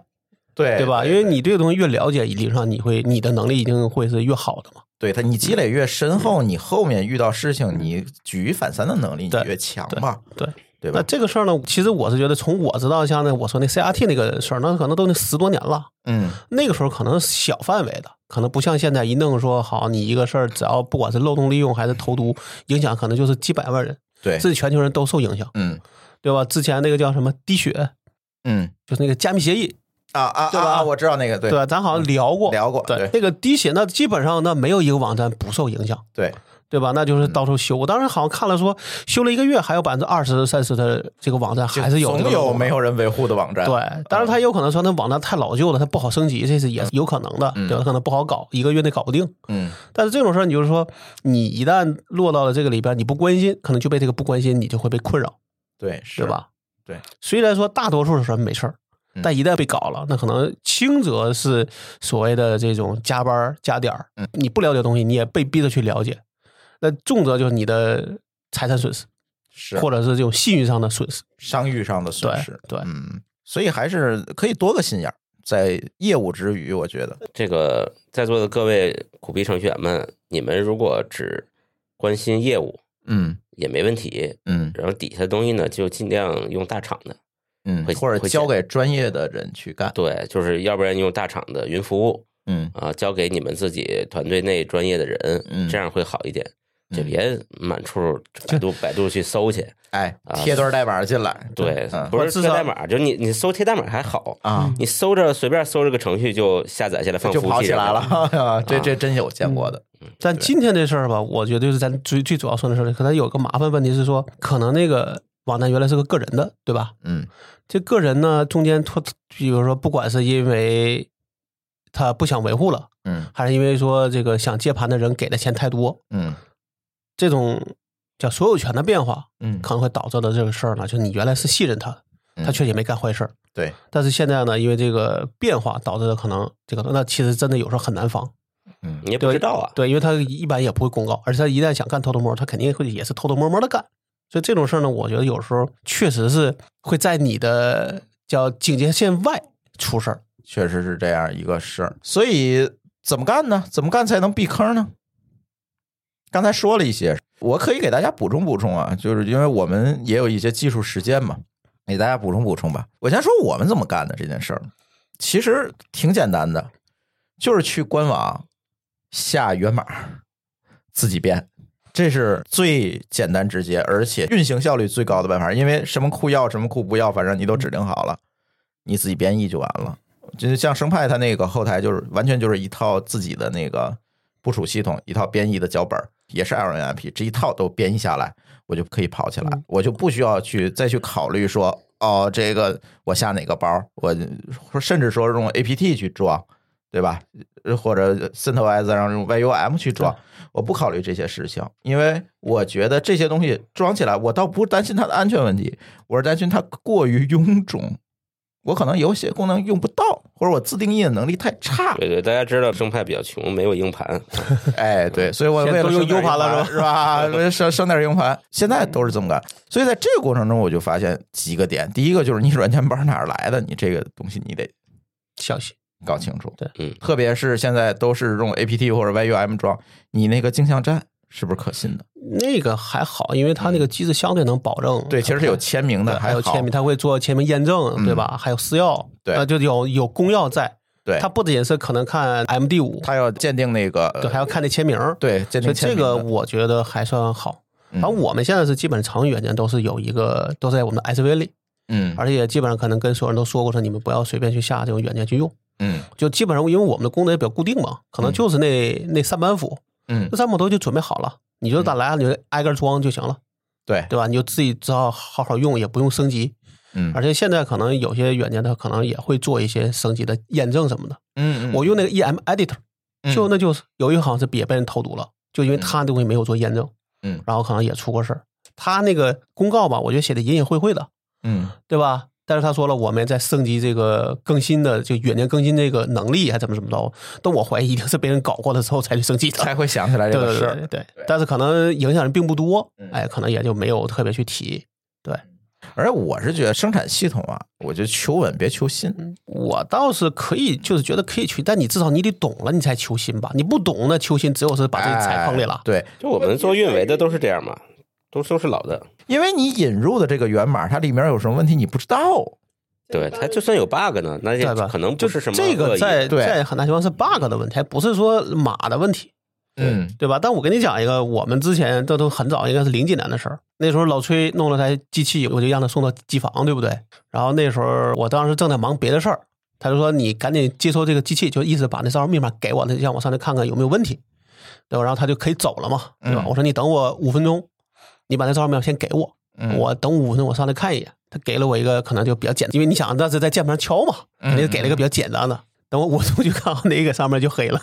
Speaker 2: 对
Speaker 4: 对吧？因为你对这个东西越了解，理论上你会你的能力一定会是越好的嘛。
Speaker 2: 对他，你积累越深厚，你后面遇到事情，你举一反三的能力
Speaker 4: 对
Speaker 2: 你越强嘛，
Speaker 4: 对，
Speaker 2: 对
Speaker 4: 那
Speaker 2: 吧？
Speaker 4: 这个事儿呢，其实我是觉得，从我知道像那我说那 CRT 那个事儿，那可能都那十多年了。
Speaker 2: 嗯，
Speaker 4: 那个时候可能是小范围的，可能不像现在一弄说好，你一个事儿只要不管是漏洞利用还是投毒，影响可能就是几百万人，
Speaker 2: 对，
Speaker 4: 甚至全球人都受影响，
Speaker 2: 嗯
Speaker 4: 对吧？之前那个叫什么滴血，
Speaker 2: 嗯
Speaker 4: 就是那个加密协议，
Speaker 2: 啊啊
Speaker 4: 对吧
Speaker 2: 啊啊！我知道那个，对
Speaker 4: 对吧？咱好像聊过，
Speaker 2: 嗯聊过，
Speaker 4: 对
Speaker 2: 对
Speaker 4: 那个滴血，那基本上那没有一个网站不受影响，
Speaker 2: 对，
Speaker 4: 对吧？那
Speaker 2: 嗯
Speaker 4: 就是到处修。我当时好像看了说，修了一个月，还有百分之二十、三十的这个网站还是有
Speaker 2: 总
Speaker 4: 这个
Speaker 2: 有没
Speaker 4: 有。
Speaker 2: 有人维护的嗯网站，
Speaker 4: 对，当然它有可能说那网站太老旧了，它不好升级，这是也是有可能的，
Speaker 2: 嗯
Speaker 4: 对吧？它可能不好搞，一个月内搞不定。
Speaker 2: 嗯，
Speaker 4: 但是这种事儿，你就是说，你一旦落到了这个里边，你不关心，可能就被这个不关心，你就会被困扰，
Speaker 2: 对，是
Speaker 4: 对？吧？
Speaker 2: 对。
Speaker 4: 虽然说大多数人没事儿
Speaker 2: 嗯，
Speaker 4: 但一旦被搞了，那可能轻则是所谓的这种加班儿加点儿
Speaker 2: 嗯，
Speaker 4: 你不了解东西，你也被逼着去了解；那重则就是你的财产损失，
Speaker 2: 是
Speaker 4: 或者是这种信誉上的损失。
Speaker 2: 商誉上的损失，
Speaker 4: 对对
Speaker 2: 嗯，所以还是可以多个心眼儿，在业务之余，我觉得，
Speaker 3: 这个在座的各位苦逼程序员们，你们如果只关心业务
Speaker 2: 嗯
Speaker 3: 也没问题，
Speaker 2: 嗯
Speaker 3: 然后底下的东西呢就尽量用大厂的，
Speaker 2: 嗯
Speaker 3: 会，
Speaker 2: 或者
Speaker 3: 会
Speaker 2: 交
Speaker 3: 写
Speaker 2: 给专业的人去干，
Speaker 3: 对，就是要不然用大厂的云服务
Speaker 2: 嗯
Speaker 3: 啊，交给你们自己团队内专业的
Speaker 2: 嗯
Speaker 3: 人，这样会好一点。就
Speaker 2: 嗯
Speaker 3: 别 满处百度百度去搜去，
Speaker 2: 哎，
Speaker 3: 啊
Speaker 2: 贴段代码进来，
Speaker 3: 对，
Speaker 2: 嗯
Speaker 3: 不
Speaker 4: 我
Speaker 3: 是
Speaker 4: 至
Speaker 3: 贴
Speaker 4: 少
Speaker 3: 代码，就是你你搜贴代码还好，
Speaker 2: 啊，
Speaker 3: 你搜着随便搜着个程序就下载下来放
Speaker 2: 就
Speaker 3: 服务
Speaker 2: 跑
Speaker 3: 器
Speaker 2: 起来
Speaker 3: 上
Speaker 2: 了，啊这
Speaker 3: 啊
Speaker 2: 这真有见过的。
Speaker 4: 但
Speaker 2: 对
Speaker 4: 今天这事儿吧，我觉得就是咱最最主要说的事儿，可能有个麻烦问题是说，可能那个网站原来是个个人的，对吧？
Speaker 2: 嗯
Speaker 4: 这个人呢，中间脱，比如说不管是因为他不想维护了，
Speaker 2: 嗯
Speaker 4: 还是因为说这个想接盘的人给的钱太多，
Speaker 2: 嗯
Speaker 4: 这种叫所有权的变化，
Speaker 2: 嗯，
Speaker 4: 可能会导致的这个事儿呢，就是你原来是信任他的，他确实也没干坏事儿，
Speaker 2: 对，
Speaker 4: 但是现在呢，因为这个变化导致的可能这个，那其实真的有时候很难防，
Speaker 2: 嗯
Speaker 3: 你也不
Speaker 4: 对，
Speaker 3: 知道啊。
Speaker 4: 对，因为他一般也不会公告，而且他一旦想干偷偷摸摸，他肯定会也是偷偷摸摸的干。所以这种事儿呢，我觉得有时候确实是会在你的叫警戒线外出事儿。
Speaker 2: 确实是这样一个事儿。所以怎么干呢？怎么干才能避坑呢？刚才说了一些，我可以给大家补充补充啊，就是因为我们也有一些技术实践嘛，给大家补充补充吧。我先说我们怎么干的这件事儿，其实挺简单的，就是去官网下源码，自己编。这是最简单直接，而且运行效率最高的办法。因为什么库要，什么库不要，反正你都指定好了，你自己编译就完了。就是像生派它那个后台就是完全就是一套自己的那个部署系统，一套编译的脚本儿，也是 LNP，这一套都编译下来，我就可以跑起来，我就不需要去再去考虑说哦，这个我下哪个包儿，我甚至说用 APT 去装，对吧？或者 CentOS 让用 YUM 去装，我不考虑这些事情，因为我觉得这些东西装起来，我倒不是担心它的安全问题，我是担心它过于臃肿。我可能有些功能用不到，或者我自定义的能力太差。
Speaker 3: 对对，大家知道生派比较穷，没有硬盘，
Speaker 2: 哎，对，所以我
Speaker 4: 现
Speaker 2: 为
Speaker 4: 在
Speaker 2: 了
Speaker 4: 都用
Speaker 2: 省点
Speaker 4: U 盘了
Speaker 2: 是吧？ 是吧？省省点 U 盘，现在都是这么干。所以在这个过程中，我就发现几个点：第一个就是你软件包哪儿来的，你这个东西你得
Speaker 4: 消息
Speaker 2: 搞清楚。
Speaker 4: 对
Speaker 3: 嗯
Speaker 2: 特别是现在都是用 APT 或者 YUM 装，你那个镜像站是不是可信的？
Speaker 4: 那个还好，因为它那个机制相对能保证。
Speaker 2: 嗯对，其实是有签名的，
Speaker 4: 还有
Speaker 2: 好嗯
Speaker 4: 签名，它会做签名验证，对吧？还有私钥，
Speaker 2: 对
Speaker 4: 呃就有有公钥在。
Speaker 2: 对，
Speaker 4: 它不仅是可能看 MD 五，
Speaker 2: 他要鉴定那个，
Speaker 4: 对，还要看那签名。，
Speaker 2: 对鉴定
Speaker 4: 所以
Speaker 2: 签
Speaker 4: 这
Speaker 2: 名的
Speaker 4: 个我觉得还算好。
Speaker 2: 嗯
Speaker 4: 反正我们现在是基本常用软件都是有一个都在我们的 SV 里，
Speaker 2: 嗯
Speaker 4: 而且也基本上可能跟所有人都说过说你们不要随便去下这种软件去用。
Speaker 2: 嗯
Speaker 4: 就基本上因为我们的功能也比较固定嘛，可能就是那、那三板斧，
Speaker 2: 嗯
Speaker 4: 那，三板斧都就准备好了，你就打来了你就挨个装就行了，
Speaker 2: 对，
Speaker 4: 对吧？你就自己只好好好用，也不用升级。
Speaker 2: 嗯
Speaker 4: 而且现在可能有些软件它可能也会做一些升级的验证什么的。
Speaker 2: 嗯，嗯
Speaker 4: 我用那个 EM Editor，
Speaker 2: 嗯
Speaker 4: 就那就是有一行是也被人偷毒了，就因为他那东西没有做验证，
Speaker 2: 嗯
Speaker 4: 然后可能也出过事儿。他那个公告吧，我觉得写的隐隐晦晦的，
Speaker 2: 嗯
Speaker 4: 对吧？但是他说了，我们在升级这个更新的，就软件更新这个能力，还怎么怎么着？但我怀疑一定是被人搞过了之后才去升级的，
Speaker 2: 才会想起来这
Speaker 4: 对
Speaker 2: 个事
Speaker 4: 对对
Speaker 2: 儿。
Speaker 4: 对对。但是可能影响人并不多
Speaker 2: 嗯，
Speaker 4: 哎，可能也就没有特别去提。
Speaker 2: 而且我是觉得生产系统啊，我就求稳别求新。
Speaker 4: 我倒是可以，就是觉得可以去，但你至少你得懂了，你才求新吧。你不懂，那求新只有是把自己踩坑里
Speaker 2: 哎
Speaker 4: 了。
Speaker 2: 对，
Speaker 3: 就我们做运维的都是这样嘛，都都是老的。
Speaker 2: 因为你引入的这个源码，它里面有什么问题你不知道。
Speaker 3: 对，它就算有 bug 呢，那也
Speaker 4: 对吧？
Speaker 3: 可能不
Speaker 4: 就是
Speaker 3: 什么
Speaker 4: 这
Speaker 3: 恶
Speaker 4: 个
Speaker 3: 意
Speaker 4: 在
Speaker 2: 对
Speaker 4: 在很大情况是 bug 的问题，还不是说码的问题。
Speaker 2: 嗯
Speaker 4: 对吧？但我跟你讲一个，我们之前这都很早，应该是零几年的事儿。那时候老崔弄了台机器，我就让他送到机房，对不对？然后那时候我当时正在忙别的事儿，他就说你赶紧接收这个机器，就意思把那账号密码给我，他让我上去看看有没有问题，对吧？然后他就可以走了嘛，对吧？
Speaker 2: 嗯
Speaker 4: 我说你等我五分钟，你把那账号密码先给我，
Speaker 2: 嗯
Speaker 4: 我等五分钟我上来看一眼。他给了我一个可能就比较简，因为你想那是在键盘上敲嘛，
Speaker 2: 嗯
Speaker 4: 肯定给了一个比较简单的。等我五分钟去看，那个上面就黑了，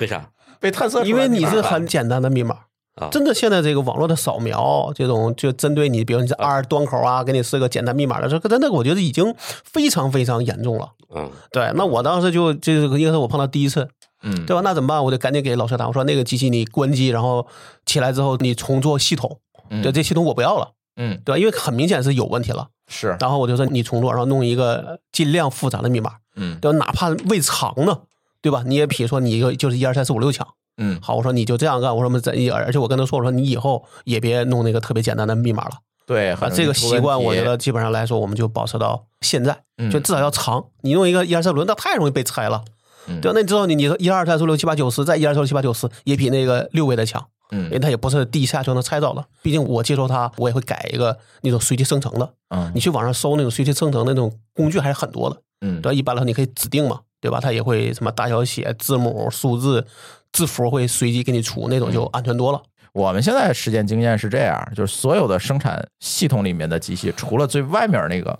Speaker 3: 为啥
Speaker 2: 被探测出来
Speaker 4: 因为你是
Speaker 2: 了
Speaker 4: 很简单的密码。
Speaker 3: 啊？
Speaker 4: 真的，现在这个网络的扫描，这种就针对你，比如你这 R 端口啊，给你设个简单密码的，这个真的我觉得已经非常非常严重了。
Speaker 3: 嗯，
Speaker 4: 对，那我当时就这个应该是我碰到第一次，
Speaker 2: 嗯
Speaker 4: 对吧？那怎么办？我就赶紧给老师打，我说那个机器你关机，然后起来之后你重做系统，
Speaker 2: 嗯
Speaker 4: 对，这系统我不要了，
Speaker 2: 嗯
Speaker 4: 对吧？因为很明显是有问题了。
Speaker 2: 是
Speaker 4: 然后我就说你重做，然后弄一个尽量复杂的密码，
Speaker 2: 嗯
Speaker 4: 对吧？哪怕未藏呢，对吧？你也比如说你一个就是一二三四五六强。
Speaker 2: 嗯
Speaker 4: 好，我说你就这样干，我说我们在，而且我跟他说，我说你以后也别弄那个特别简单的密码了，
Speaker 2: 对，
Speaker 4: 啊，
Speaker 2: 很容易
Speaker 4: 这个
Speaker 2: 出
Speaker 4: 习
Speaker 2: 问
Speaker 4: 惯我
Speaker 2: 题
Speaker 4: 觉得基本上来说，我们就保持到现在，
Speaker 2: 嗯
Speaker 4: 就至少要长。你用一个一二三轮，那太容易被猜了，
Speaker 2: 嗯
Speaker 4: 对吧？那你知道你你一二三四五六七八九十，再一二三四五六七八九十，也比那个六位的强，因为
Speaker 2: 嗯
Speaker 4: 它也不是第一下就能猜到的。毕竟我接受它，我也会改一个那种随机生成的，
Speaker 2: 嗯
Speaker 4: 你去网上搜那种随机生成的那种工具还是很多的。
Speaker 2: 嗯
Speaker 4: 对，一般来说你可以指定嘛，对吧？它也会什么大小写、字母、数字、字符会随机给你出，那种
Speaker 2: 嗯
Speaker 4: 就安全多了。
Speaker 2: 我们现在实践经验是这样，就是所有的生产系统里面的机器，除了最外面那个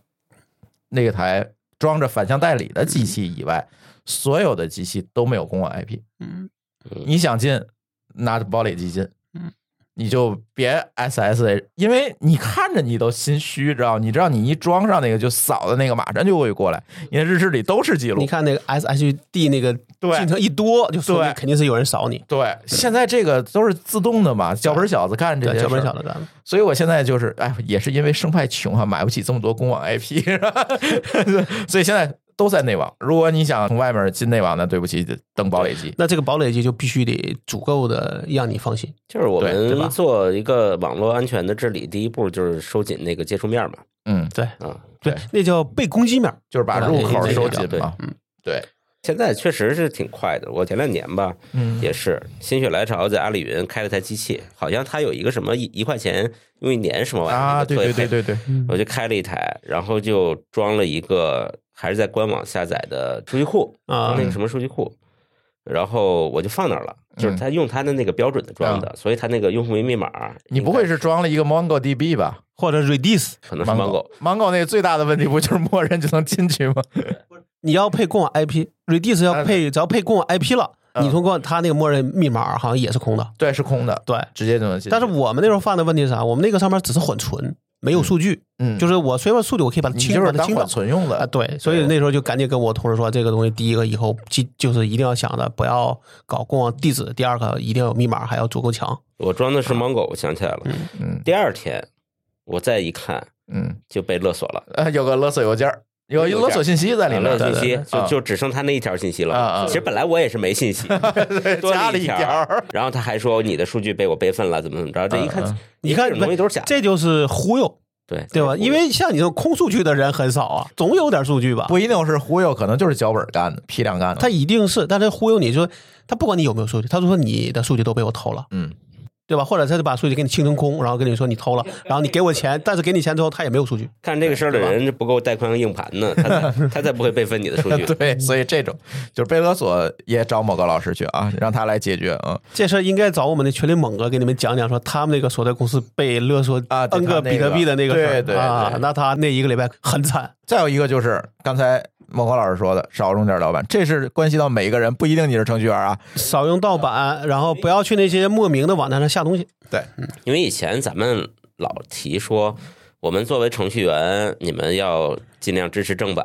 Speaker 2: 那个台装着反向代理的机器以外，所有的机器都没有公网 IP。
Speaker 4: 嗯，
Speaker 2: 你想进，拿着堡垒机进，
Speaker 4: 嗯，
Speaker 2: 你就别 SSA，因为你看着你都心虚，知道？你知道你一装上那个就扫的那个，马上就会过来，你的日志里都是记录。
Speaker 4: 你看那个 SHD 那个
Speaker 2: 对
Speaker 4: 进程一多，就说
Speaker 2: 对
Speaker 4: 明肯定是有人扫你，
Speaker 2: 对，现在这个都是自动的嘛，脚本小子干这
Speaker 4: 对，
Speaker 2: 些
Speaker 4: 小
Speaker 2: 事
Speaker 4: 本
Speaker 2: 儿
Speaker 4: 小的干了。
Speaker 2: 所以我现在就是，哎，也是因为生态穷啊，买不起这么多公网 IP，是吧 所以现在都在内网。如果你想从外面进内网，那对不起，登堡垒机。
Speaker 4: 那这个堡垒机就必须得足够的让你放心。
Speaker 3: 就是我
Speaker 2: 对对吧
Speaker 3: 们做一个网络安全的治理，第一步就是收紧那个接触面嘛。
Speaker 2: 嗯，
Speaker 4: 对
Speaker 3: 啊，
Speaker 4: 对
Speaker 2: 对，
Speaker 4: 那叫被攻击面儿。
Speaker 2: 就是把入口收紧
Speaker 3: 对
Speaker 2: 嘛。
Speaker 4: 嗯
Speaker 2: 对，
Speaker 3: 现在确实是挺快的。我前两年吧，
Speaker 2: 嗯
Speaker 3: 也是心血来潮，在阿里云开了台机器，好像它有一个什么一一块钱用一年什么玩意儿
Speaker 2: 啊，
Speaker 3: 那个
Speaker 2: 对
Speaker 3: 作业
Speaker 2: 对
Speaker 3: 费
Speaker 2: 对对对，
Speaker 3: 我就开了一台，然后就装了一个还是在官网下载的数据库
Speaker 2: 嗯
Speaker 4: 啊
Speaker 3: 装那个什么数据库，然后我就放那儿了，
Speaker 2: 嗯
Speaker 3: 就是他用他的那个标准的装的，所以他那个用户名密码，
Speaker 2: 啊你不会是装了一个 MongoDB 吧
Speaker 4: 或者 Redis，
Speaker 3: 可能是 Mongo，
Speaker 2: Mongo 那个最大的问题不就是默认就能进去吗？
Speaker 4: 你要配公网 IP，Redis
Speaker 2: 哎
Speaker 4: 要配，只要配公网 IP 了，
Speaker 2: 嗯
Speaker 4: 你从公网它那个默认密码好像也是空的。
Speaker 2: 对，是空的，
Speaker 4: 对，
Speaker 2: 直接就能进去。
Speaker 4: 但是我们那时候犯的问题是啥？我们那个上面只是缓存，没有数据，
Speaker 2: 嗯，
Speaker 4: 就是是我虽然数据我可以把它
Speaker 2: 你
Speaker 4: 清，
Speaker 2: 就
Speaker 4: 把
Speaker 2: 是
Speaker 4: 它
Speaker 2: 当
Speaker 4: 清
Speaker 2: 缓
Speaker 4: 掉。
Speaker 2: 存用
Speaker 4: 啊，
Speaker 2: 的，
Speaker 4: 对，所以那时候就赶紧跟我同事说，这个东西第一个以后记就是一定要想的，不要搞共网地址；第二个一定要有密码，还要足够强。
Speaker 3: 我装的是芒果，我想起来了。
Speaker 2: 啊嗯
Speaker 3: 第二天我再一看，
Speaker 2: 嗯，
Speaker 3: 就被勒索了，
Speaker 2: 呃，有个勒索邮件儿，有
Speaker 3: 有
Speaker 2: 勒索信息在里面，
Speaker 3: 勒索
Speaker 2: 对
Speaker 3: 信息
Speaker 2: 对对
Speaker 3: 就就只剩他那一条信息
Speaker 2: 啊啊
Speaker 3: 了。
Speaker 2: 啊
Speaker 3: 其实本来我也是没 信息，
Speaker 2: 对
Speaker 3: 多
Speaker 2: 加
Speaker 3: 了
Speaker 2: 了
Speaker 3: 一
Speaker 2: 一
Speaker 3: 条
Speaker 2: 条儿，啊
Speaker 3: 然后他还说你的数据被我备份了，怎么怎么着？这
Speaker 2: 嗯
Speaker 3: 一
Speaker 2: 嗯
Speaker 3: 看，
Speaker 4: 你看
Speaker 3: 这种东西都是假的，
Speaker 4: 这就是忽悠，
Speaker 3: 对
Speaker 4: 对吧？因为像你这种空数据的人很少啊，总有点数据吧？
Speaker 2: 不一定是忽悠，可能就是脚本干的，批量干的。
Speaker 4: 他一定是，但他忽悠你说，他不管你有没有数据，他就说你的数据都被我偷了，
Speaker 2: 嗯，
Speaker 4: 对吧？或者他就把数据给你清成空，然后跟你说你偷了，然后你给我钱，但是给你钱之后他也没有数据，
Speaker 3: 干这个事儿的人不够带宽硬盘呢，他 才他才不会备份你的数据。
Speaker 2: 对，所以这种就是被勒索也找某个老师去啊，让他来解决啊。
Speaker 4: 这事儿应该找我们的群里猛哥给你们讲讲，说他们那个所在公司被勒索
Speaker 2: 啊对
Speaker 4: N
Speaker 2: 他
Speaker 4: 个
Speaker 2: 那个
Speaker 4: 比特币的那个事儿
Speaker 2: 对对
Speaker 4: 啊
Speaker 2: 对，
Speaker 4: 那他那一个礼拜很惨，
Speaker 2: 再有一个就是刚才孟获老师说的，少用点老板，这是关系到每一个人，不一定你是程序员啊。
Speaker 4: 少用盗版，啊然后不要去那些莫名的网站上下东西，
Speaker 2: 对，
Speaker 3: 因为以前咱们老提说，我们作为程序员，你们要尽量支持正版，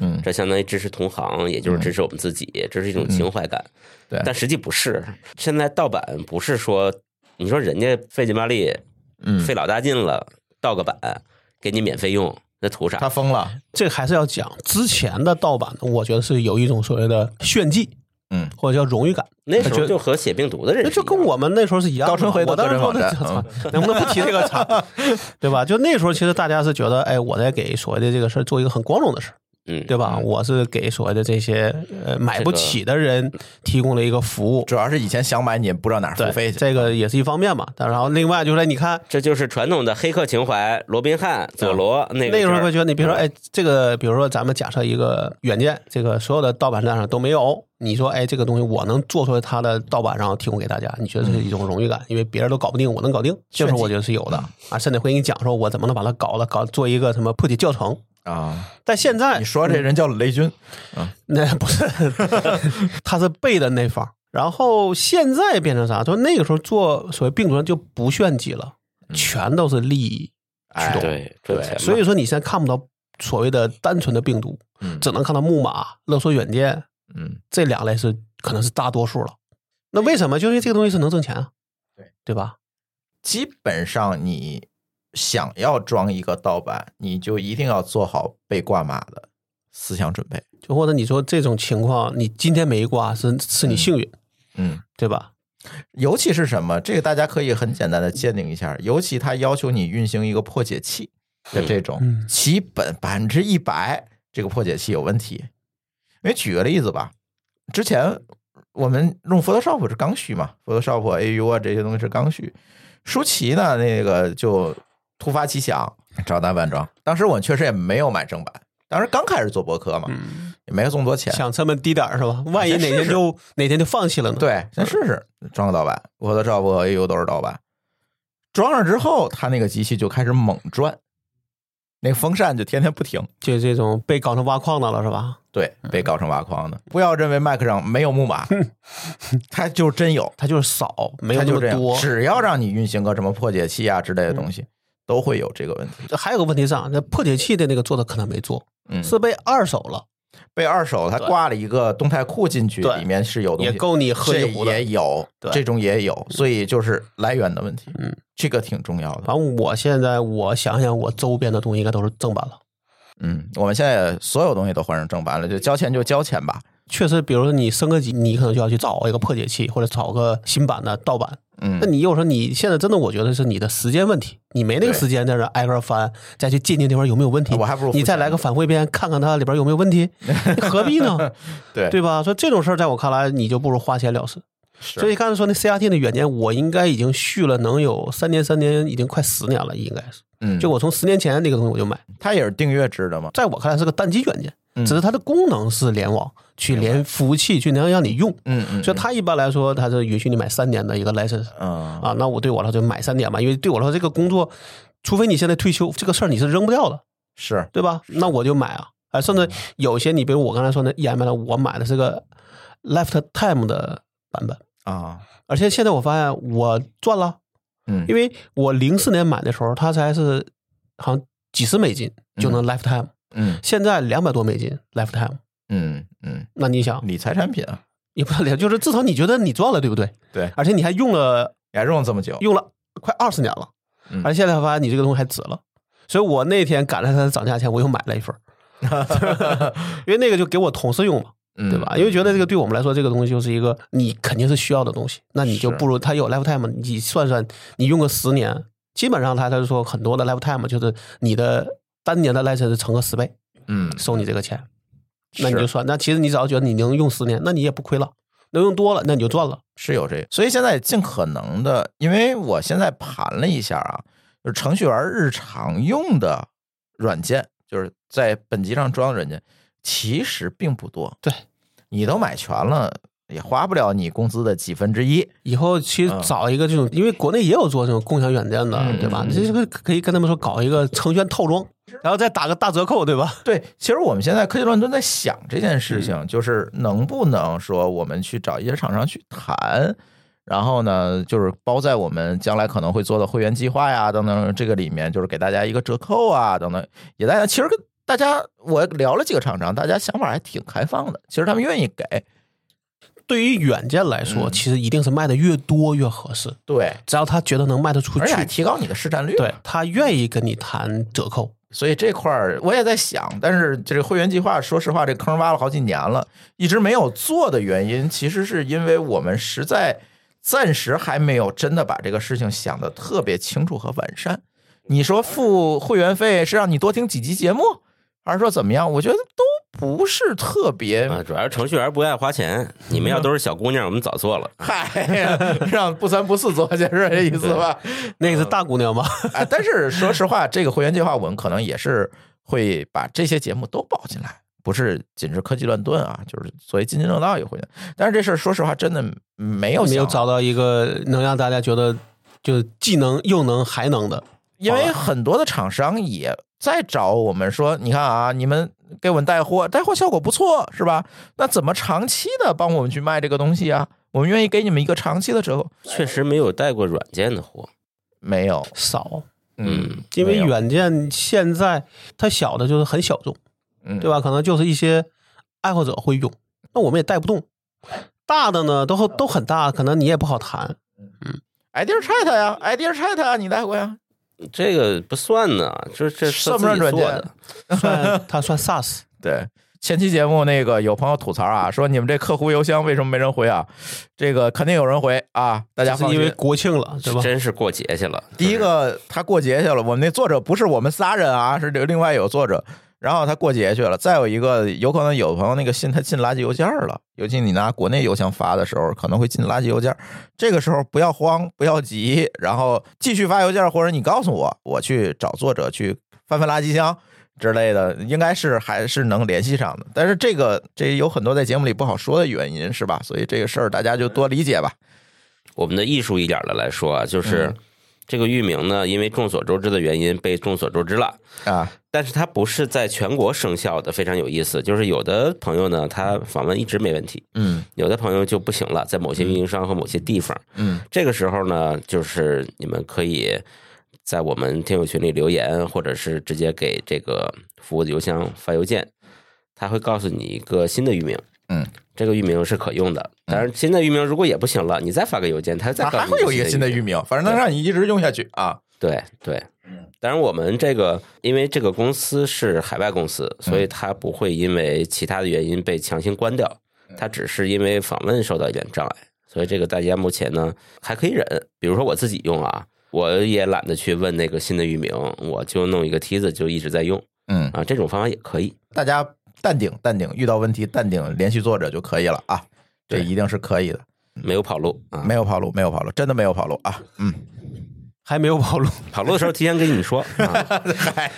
Speaker 2: 嗯，
Speaker 3: 这相当于支持同行，也
Speaker 4: 嗯
Speaker 3: 就是支持我们自己，这是一种情怀感。
Speaker 2: 对
Speaker 3: 但实际不是。现在盗版不是说，你说人家费劲巴力，
Speaker 2: 嗯
Speaker 3: 费老大劲了，盗个版给你免费用，那图啥
Speaker 2: 他？疯了，
Speaker 4: 这还是要讲之前的盗版，我觉得是有一种所谓的炫技
Speaker 2: 嗯，
Speaker 4: 或者叫荣誉感。
Speaker 3: 那时
Speaker 4: 就
Speaker 3: 候就和写病毒的人
Speaker 4: 那
Speaker 3: 是一
Speaker 4: 就
Speaker 3: 样
Speaker 4: 跟我们那时候是一样的
Speaker 2: 高
Speaker 4: 嘛。
Speaker 2: 春晖的嗯
Speaker 4: 我当时说的
Speaker 2: 个人网站，
Speaker 4: 能不能不提这个厂，对吧？就那时候其实大家是觉得，哎，我在给所谓的这个事儿做一个很光荣的事儿，
Speaker 3: 嗯，
Speaker 4: 对吧？我是给所谓的这些呃买不起的人提供了一个服务，
Speaker 2: 主要是以前想买你也不知道哪儿付费
Speaker 4: 对，
Speaker 2: 去。
Speaker 4: 这个也是一方面嘛。但然后另外就是，你看
Speaker 3: 这就是传统的黑客情怀，罗宾汉、佐罗那个嗯
Speaker 4: 那
Speaker 3: 时
Speaker 4: 时候
Speaker 3: 候
Speaker 4: 会觉得，你比如说，哎，这个比如说咱们假设一个软件，这个所有的盗版站上都没有，你说，哎，这个东西我能做出来它的盗版，然后提供给大家，你觉得这是
Speaker 3: 嗯
Speaker 4: 一种荣誉感，因为别人都搞不定，我能搞定，这时候我觉得是有的啊，甚至会给你讲说我怎么能把它搞了，搞做一个什么破解教程。
Speaker 2: 啊，
Speaker 4: 但现在
Speaker 2: 你说这人叫雷军，
Speaker 4: 那 不是，他是背的那方。然后现在变成啥？就是那个时候做所谓病毒人就不炫技了，
Speaker 2: 嗯
Speaker 4: 全都是利益驱
Speaker 2: 哎
Speaker 4: 动。
Speaker 3: 对赚钱嘛，
Speaker 4: 所以说你现在看不到所谓的单纯的病毒，
Speaker 2: 嗯
Speaker 4: 只能看到木马、勒索软件
Speaker 2: 嗯，
Speaker 4: 这两类是可能是大多数了。那为什么？就因为这个东西是能挣钱啊，
Speaker 2: 对
Speaker 4: 对吧？
Speaker 2: 基本上你想要装一个盗版，你就一定要做好被挂码的思想准备。
Speaker 4: 就或者你说这种情况，你今天没挂是是你幸运，
Speaker 2: 嗯，
Speaker 4: 对吧？
Speaker 2: 尤其是什么？这个大家可以很简单的界定一下，尤其它要求你运行一个破解器的这种，
Speaker 4: 嗯嗯
Speaker 2: 基本百分之一百这个破解器有问题。因为举个例子吧，之前我们用 Photoshop 是刚需嘛，Photoshop、AU 啊这些东西是刚需。舒淇呢，那个就突发奇想找大板装，当时我确实也没有买正版，当时刚开始做博客嘛，
Speaker 4: 嗯
Speaker 2: 也没有这么多钱，
Speaker 4: 想这么低点儿是吧？万一哪 天就哪天就放弃了呢？，
Speaker 2: 对，先试试装个盗版，我的 Job 和 AU 都是盗版。装上之后，他那个机器就开始猛转，那个风扇就天天不停。
Speaker 4: 就这种被搞成挖矿的了是吧？
Speaker 2: 对，
Speaker 4: 嗯
Speaker 2: 被搞成挖矿的。不要认为 Mac 上没有木马，它就真有，
Speaker 4: 它就是少， 没有
Speaker 2: 它
Speaker 4: 那
Speaker 2: 就
Speaker 4: 么
Speaker 2: 这样。
Speaker 4: 多。嗯
Speaker 2: 只要让你运行个什么破解器啊之类的东西，都会有这个问题。
Speaker 4: 还有个问题上，那破解器的那个做的可能没做，
Speaker 2: 嗯，
Speaker 4: 是被二手了，
Speaker 2: 被二手，它
Speaker 4: 对
Speaker 2: 挂了一个动态库进去，
Speaker 4: 对
Speaker 2: 里面是有东
Speaker 4: 也
Speaker 2: 西。
Speaker 4: 够你喝
Speaker 2: 这
Speaker 4: 一壶的。
Speaker 2: 也有，
Speaker 4: 对
Speaker 2: 这种也有，所以就是来源的问题。
Speaker 4: 嗯，
Speaker 2: 这个挺重要的。
Speaker 4: 反正我现在我想想，我周边的东西应该都是正版了。
Speaker 2: 嗯，我们现在所有东西都换成正版了，就交钱就交钱吧。
Speaker 4: 确实，比如说你升个级，你可能就要去找一个破解器，或者找个新版的盗版。
Speaker 2: 嗯
Speaker 4: 那，你有时候你现在真的，我觉得是你的时间问题，你没那个
Speaker 2: 对啊
Speaker 4: 时间在这挨个翻，再去鉴定这块有没有问题。
Speaker 2: 我还不如付
Speaker 4: 你再
Speaker 2: 钱
Speaker 4: 来个
Speaker 2: 呢
Speaker 4: 反馈边，看看它里边有没有问 题，你何必呢？
Speaker 2: 对
Speaker 4: 对吧？所以这种事儿在我看来，你就不如花钱了事。
Speaker 2: 是
Speaker 4: 所以刚才说那 CRT 的软件，我应该已经续了能有三年，三年已经快十年了，应该是。
Speaker 2: 嗯，
Speaker 4: 就我从十年前那个东西我就买，
Speaker 2: 它也是订阅制的嘛。
Speaker 4: 在我看来是个单机软件，
Speaker 2: 嗯
Speaker 4: 只是它的功能是联网，去连服务器去能让你用。
Speaker 2: 嗯嗯，
Speaker 4: 所以它一般来说，它是允许你买三年的一个 license
Speaker 2: 嗯
Speaker 4: 啊。那我对我来说就买三年吧，因为对我来说这个工作，除非你现在退休，这个事儿你是扔不掉的，
Speaker 2: 是
Speaker 4: 对吧？那我就买啊。啊，甚至有些你比如我刚才说那 EML，我买的是个 lifetime 的版本，
Speaker 2: 啊，
Speaker 4: 而且现在我发现我赚了，
Speaker 2: 嗯，
Speaker 4: 因为我零四年买的时候，它才是好像几十美金就能 lifetime，、
Speaker 2: 嗯
Speaker 4: 现在两百多美金 lifetime，
Speaker 2: 嗯嗯，
Speaker 4: 那你想
Speaker 2: 理财产品啊，
Speaker 4: 也 不了，就是至少你觉得你赚了，对不对？
Speaker 2: 对
Speaker 4: 而且你还用了
Speaker 2: 你还用了这么久，
Speaker 4: 用了快二十年了，
Speaker 2: 嗯
Speaker 4: 而且现在发现你这个东西还值了。所以我那天赶上它涨价前，我又买了一份儿， 因为那个就给我同事用嘛，
Speaker 2: 嗯
Speaker 4: 对吧？因为觉得这个对我们来说，这个东西就是一个你肯定是需要的东西，那你就是不如它有 lifetime，你算算，你用个十年，基本上它他就说很多的 lifetime 就是你的单年的 license 乘个十倍，
Speaker 2: 嗯
Speaker 4: 收你这个钱，
Speaker 2: 是
Speaker 4: 那你就算，那其实你只要觉得你能用十年，那你也不亏了，能用多了那你就赚了。
Speaker 2: 是有这个，所以现在尽可能的，因为我现在盘了一下啊，就是程序员日常用的软件，就是在本机上装的软件，其实并不多。
Speaker 4: 对，
Speaker 2: 你都买全了，也花不了你工资的几分之一。
Speaker 4: 以后其实
Speaker 2: 嗯
Speaker 4: 找一个这种，因为国内也有做这种共享软件的，
Speaker 2: 嗯
Speaker 4: 对吧？
Speaker 2: 嗯
Speaker 4: 这是个可以跟他们说搞一个程序员套装，然后再打个大折扣，对吧？
Speaker 2: 对，其实我们现在科技乱炖在想这件事
Speaker 4: 嗯
Speaker 2: 情，就是能不能说我们去找一些厂商去谈，然后呢，就是包在我们将来可能会做的会员计划呀等等这个里面，就是给大家一个折扣啊等等，也大家其实跟大家我聊了几个厂商，大家想法还挺开放的，其实他们愿意给，
Speaker 4: 对于软件来说，
Speaker 2: 嗯
Speaker 4: 其实一定是卖的越多越合适，
Speaker 2: 对，
Speaker 4: 只要他觉得能卖得出
Speaker 2: 而且还
Speaker 4: 去，
Speaker 2: 提高你的市占率，
Speaker 4: 对他愿意跟你谈折扣。
Speaker 2: 所以这块儿我也在想，但是这个会员计划，说实话，这坑挖了好几年了，一直没有做的原因，其实是因为我们实在暂时还没有真的把这个事情想得特别清楚和完善。你说付会员费是让你多听几集节目，还是说怎么样？我觉得都不是特别
Speaker 3: 啊，主要是程序员不爱花钱，你们要都是小姑娘，我们早做了。
Speaker 2: 嗨呀， 让不三不四做，就是这意思吧？
Speaker 4: 那个是大姑娘吗？
Speaker 2: 啊，但是说实话，这个会员计划我们可能也是会把这些节目都包进来，不是仅是科技乱炖啊，就是所谓津津乐道也会的。但是这事儿说实话，真的没有
Speaker 4: 没
Speaker 2: 想
Speaker 4: 有
Speaker 2: 啊
Speaker 4: 找到一个能让大家觉得就是既能又能还能的。
Speaker 2: 因为很多的厂商也在找我们说，你看啊，你们给我们带货，带货效果不错，是吧？那怎么长期的帮我们去卖这个东西啊？我们愿意给你们一个长期的折扣，
Speaker 3: 确实没有带过软件的货，
Speaker 2: 没有，
Speaker 4: 少，
Speaker 2: 嗯，
Speaker 4: 因为
Speaker 2: 没有，
Speaker 4: 软件现在它小的就是很小众，
Speaker 2: 嗯
Speaker 4: 对？吧？可能就是一些爱好者会用，那我们也带不动。大的呢，都都很大，可能你也不 好谈。
Speaker 2: idea chat 呀，idea chat 啊，你带过呀？
Speaker 3: 嗯这个不算呢，这这
Speaker 2: 算不算
Speaker 3: 自己做
Speaker 2: 软件
Speaker 3: 的？
Speaker 4: 算它算 SaaS，
Speaker 2: 对，前期节目那个有朋友吐槽啊，说你们这客户邮箱为什么没人回啊？这个肯定有人回啊，大家
Speaker 4: 是
Speaker 2: 放
Speaker 4: 因为
Speaker 2: 心。
Speaker 4: 国庆了，对吧？
Speaker 3: 真是过节去了。
Speaker 2: 第一个他过节去了，我们那作者不是我们仨人啊，是这个另外有作者。然后他过节去了，再有一个有可能有朋友那个信他进垃圾邮件了，尤其你拿国内邮箱发的时候，可能会进垃圾邮件。这个时候不要慌，不要急，然后继续发邮件，或者你告诉我，我去找作者去翻翻垃圾箱之类的，应该是还是能联系上的。但是这个这有很多在节目里不好说的原因，是吧？所以这个事儿大家就多理解吧。
Speaker 3: 我们的艺术一点的来说啊，就是
Speaker 2: 嗯
Speaker 3: 这个域名呢，因为众所周知的原因被众所周知了，
Speaker 2: 啊，
Speaker 3: 但是它不是在全国生效的，非常有意思。就是有的朋友呢，他访问一直没问题，
Speaker 2: 嗯
Speaker 3: 有的朋友就不行了，在某些运营商和某些地方，
Speaker 2: 嗯
Speaker 3: 这个时候呢，就是你们可以在我们听友群里留言，或者是直接给这个服务的邮箱发邮件，他会告诉你一个新的域名。
Speaker 2: 嗯，
Speaker 3: 这个域名是可用的。当然，新的域名如果也不行了，你再发个邮件，他再
Speaker 2: 啊
Speaker 3: 告诉你
Speaker 2: 还会有一个新的域
Speaker 3: 域名。
Speaker 2: 名，反正能让你一直用下去啊。
Speaker 3: 对对。当然，我们这个因为这个公司是海外公司，所以它不会因为其他的原因被强行关掉，它只是因为访问受到一点障碍，所以这个大家目前呢还可以忍。比如说我自己用啊，我也懒得去问那个新的域名，我就弄一个梯子就一直在用
Speaker 2: 嗯，
Speaker 3: 啊，这种方法也可以。
Speaker 2: 大家淡定淡定，遇到问题淡定，联系作者就可以了啊。这
Speaker 3: 对
Speaker 2: 一定是可以的，
Speaker 3: 没有跑路啊，
Speaker 2: 没有跑路，没有跑路，真的没有跑路啊。嗯，
Speaker 4: 还没有 跑路，
Speaker 3: 跑路的时候提前跟你们说啊，
Speaker 2: 嗨，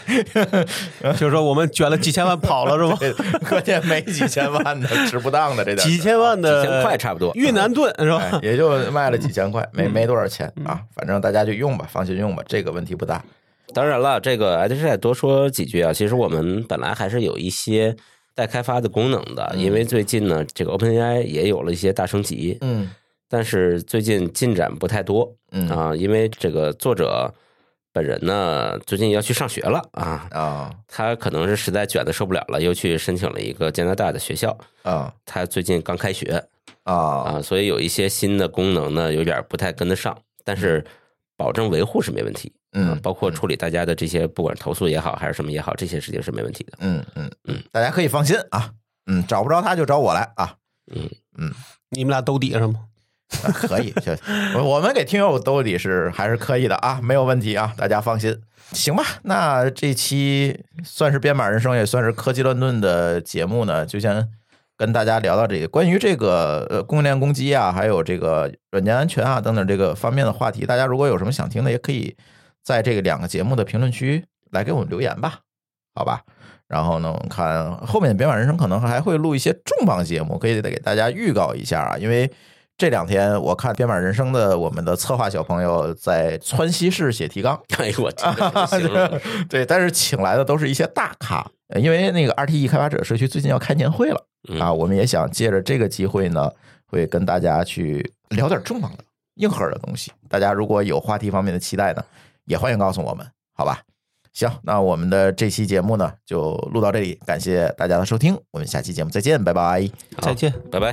Speaker 4: 就是说我们卷了几千万跑了，是吧？
Speaker 2: 关键没几千万的，值不当的这点儿
Speaker 4: 几千万的
Speaker 3: 啊几千块差不多
Speaker 4: 越南盾是
Speaker 2: 哎
Speaker 4: 吧？
Speaker 2: 也就卖了几千块，没没多少钱啊。反正大家就用吧，放心用吧，这个问题不大。
Speaker 3: 当然了，这个 H 再多说几句啊，其实我们本来还是有一些待开发的功能
Speaker 2: 嗯
Speaker 3: 的，因为最近呢，这个 OpenAI 也有了一些大升级，
Speaker 2: 嗯
Speaker 3: 但是最近进展不太多啊
Speaker 2: 嗯
Speaker 3: 啊，因为这个作者本人呢最近要去上学了啊，
Speaker 2: 啊
Speaker 3: 他可能是实在卷的受不了了，又去申请了一个加拿大的学校。
Speaker 2: 啊
Speaker 3: 他最近刚开学
Speaker 2: 啊
Speaker 3: 啊，所以有一些新的功能呢，有点不太跟得上，但是保证维护是没问题。啊
Speaker 2: 嗯，
Speaker 3: 包括处理大家的这些，不管投诉也好还是什么也好，这些事情是没问题的。
Speaker 2: 嗯嗯嗯
Speaker 3: 嗯，
Speaker 2: 大家可以放心啊，嗯，找不着他就找我来啊，
Speaker 3: 嗯，
Speaker 4: 你们俩兜底上吗？
Speaker 2: 啊可以，就我我们给听友兜里是还是可以的啊，没有问题啊，大家放心。行吧，那这期算是编码人生，也算是科技乱炖的节目呢，就先跟大家聊到这个关于这个呃供应链攻击啊，还有这个软件安全啊等等这个方面的话题。大家如果有什么想听的，也可以在这个两个节目的评论区来给我们留言吧，好吧？然后呢，我们看后面的编码人生可能还会录一些重磅节目，可以得给大家预告一下啊，因为。这两天我看《编码人生》的我们的策划小朋友在川西市写提纲，
Speaker 3: 哎呦我真的不行了，
Speaker 2: 对，但是请来的都是一些大咖，呃因为那个 RTE 开发者社区最近要开年会了
Speaker 3: 嗯
Speaker 2: 啊，我们也想借着这个机会呢，会跟大家去聊点重磅的、硬核的东西。大家如果有话题方面的期待呢，也欢迎告诉我们，好吧？行，那我们的这期节目呢就录到这里，感谢大家的收听，我们下期节目再见，拜拜。
Speaker 3: 好
Speaker 4: 再见。
Speaker 3: 拜拜。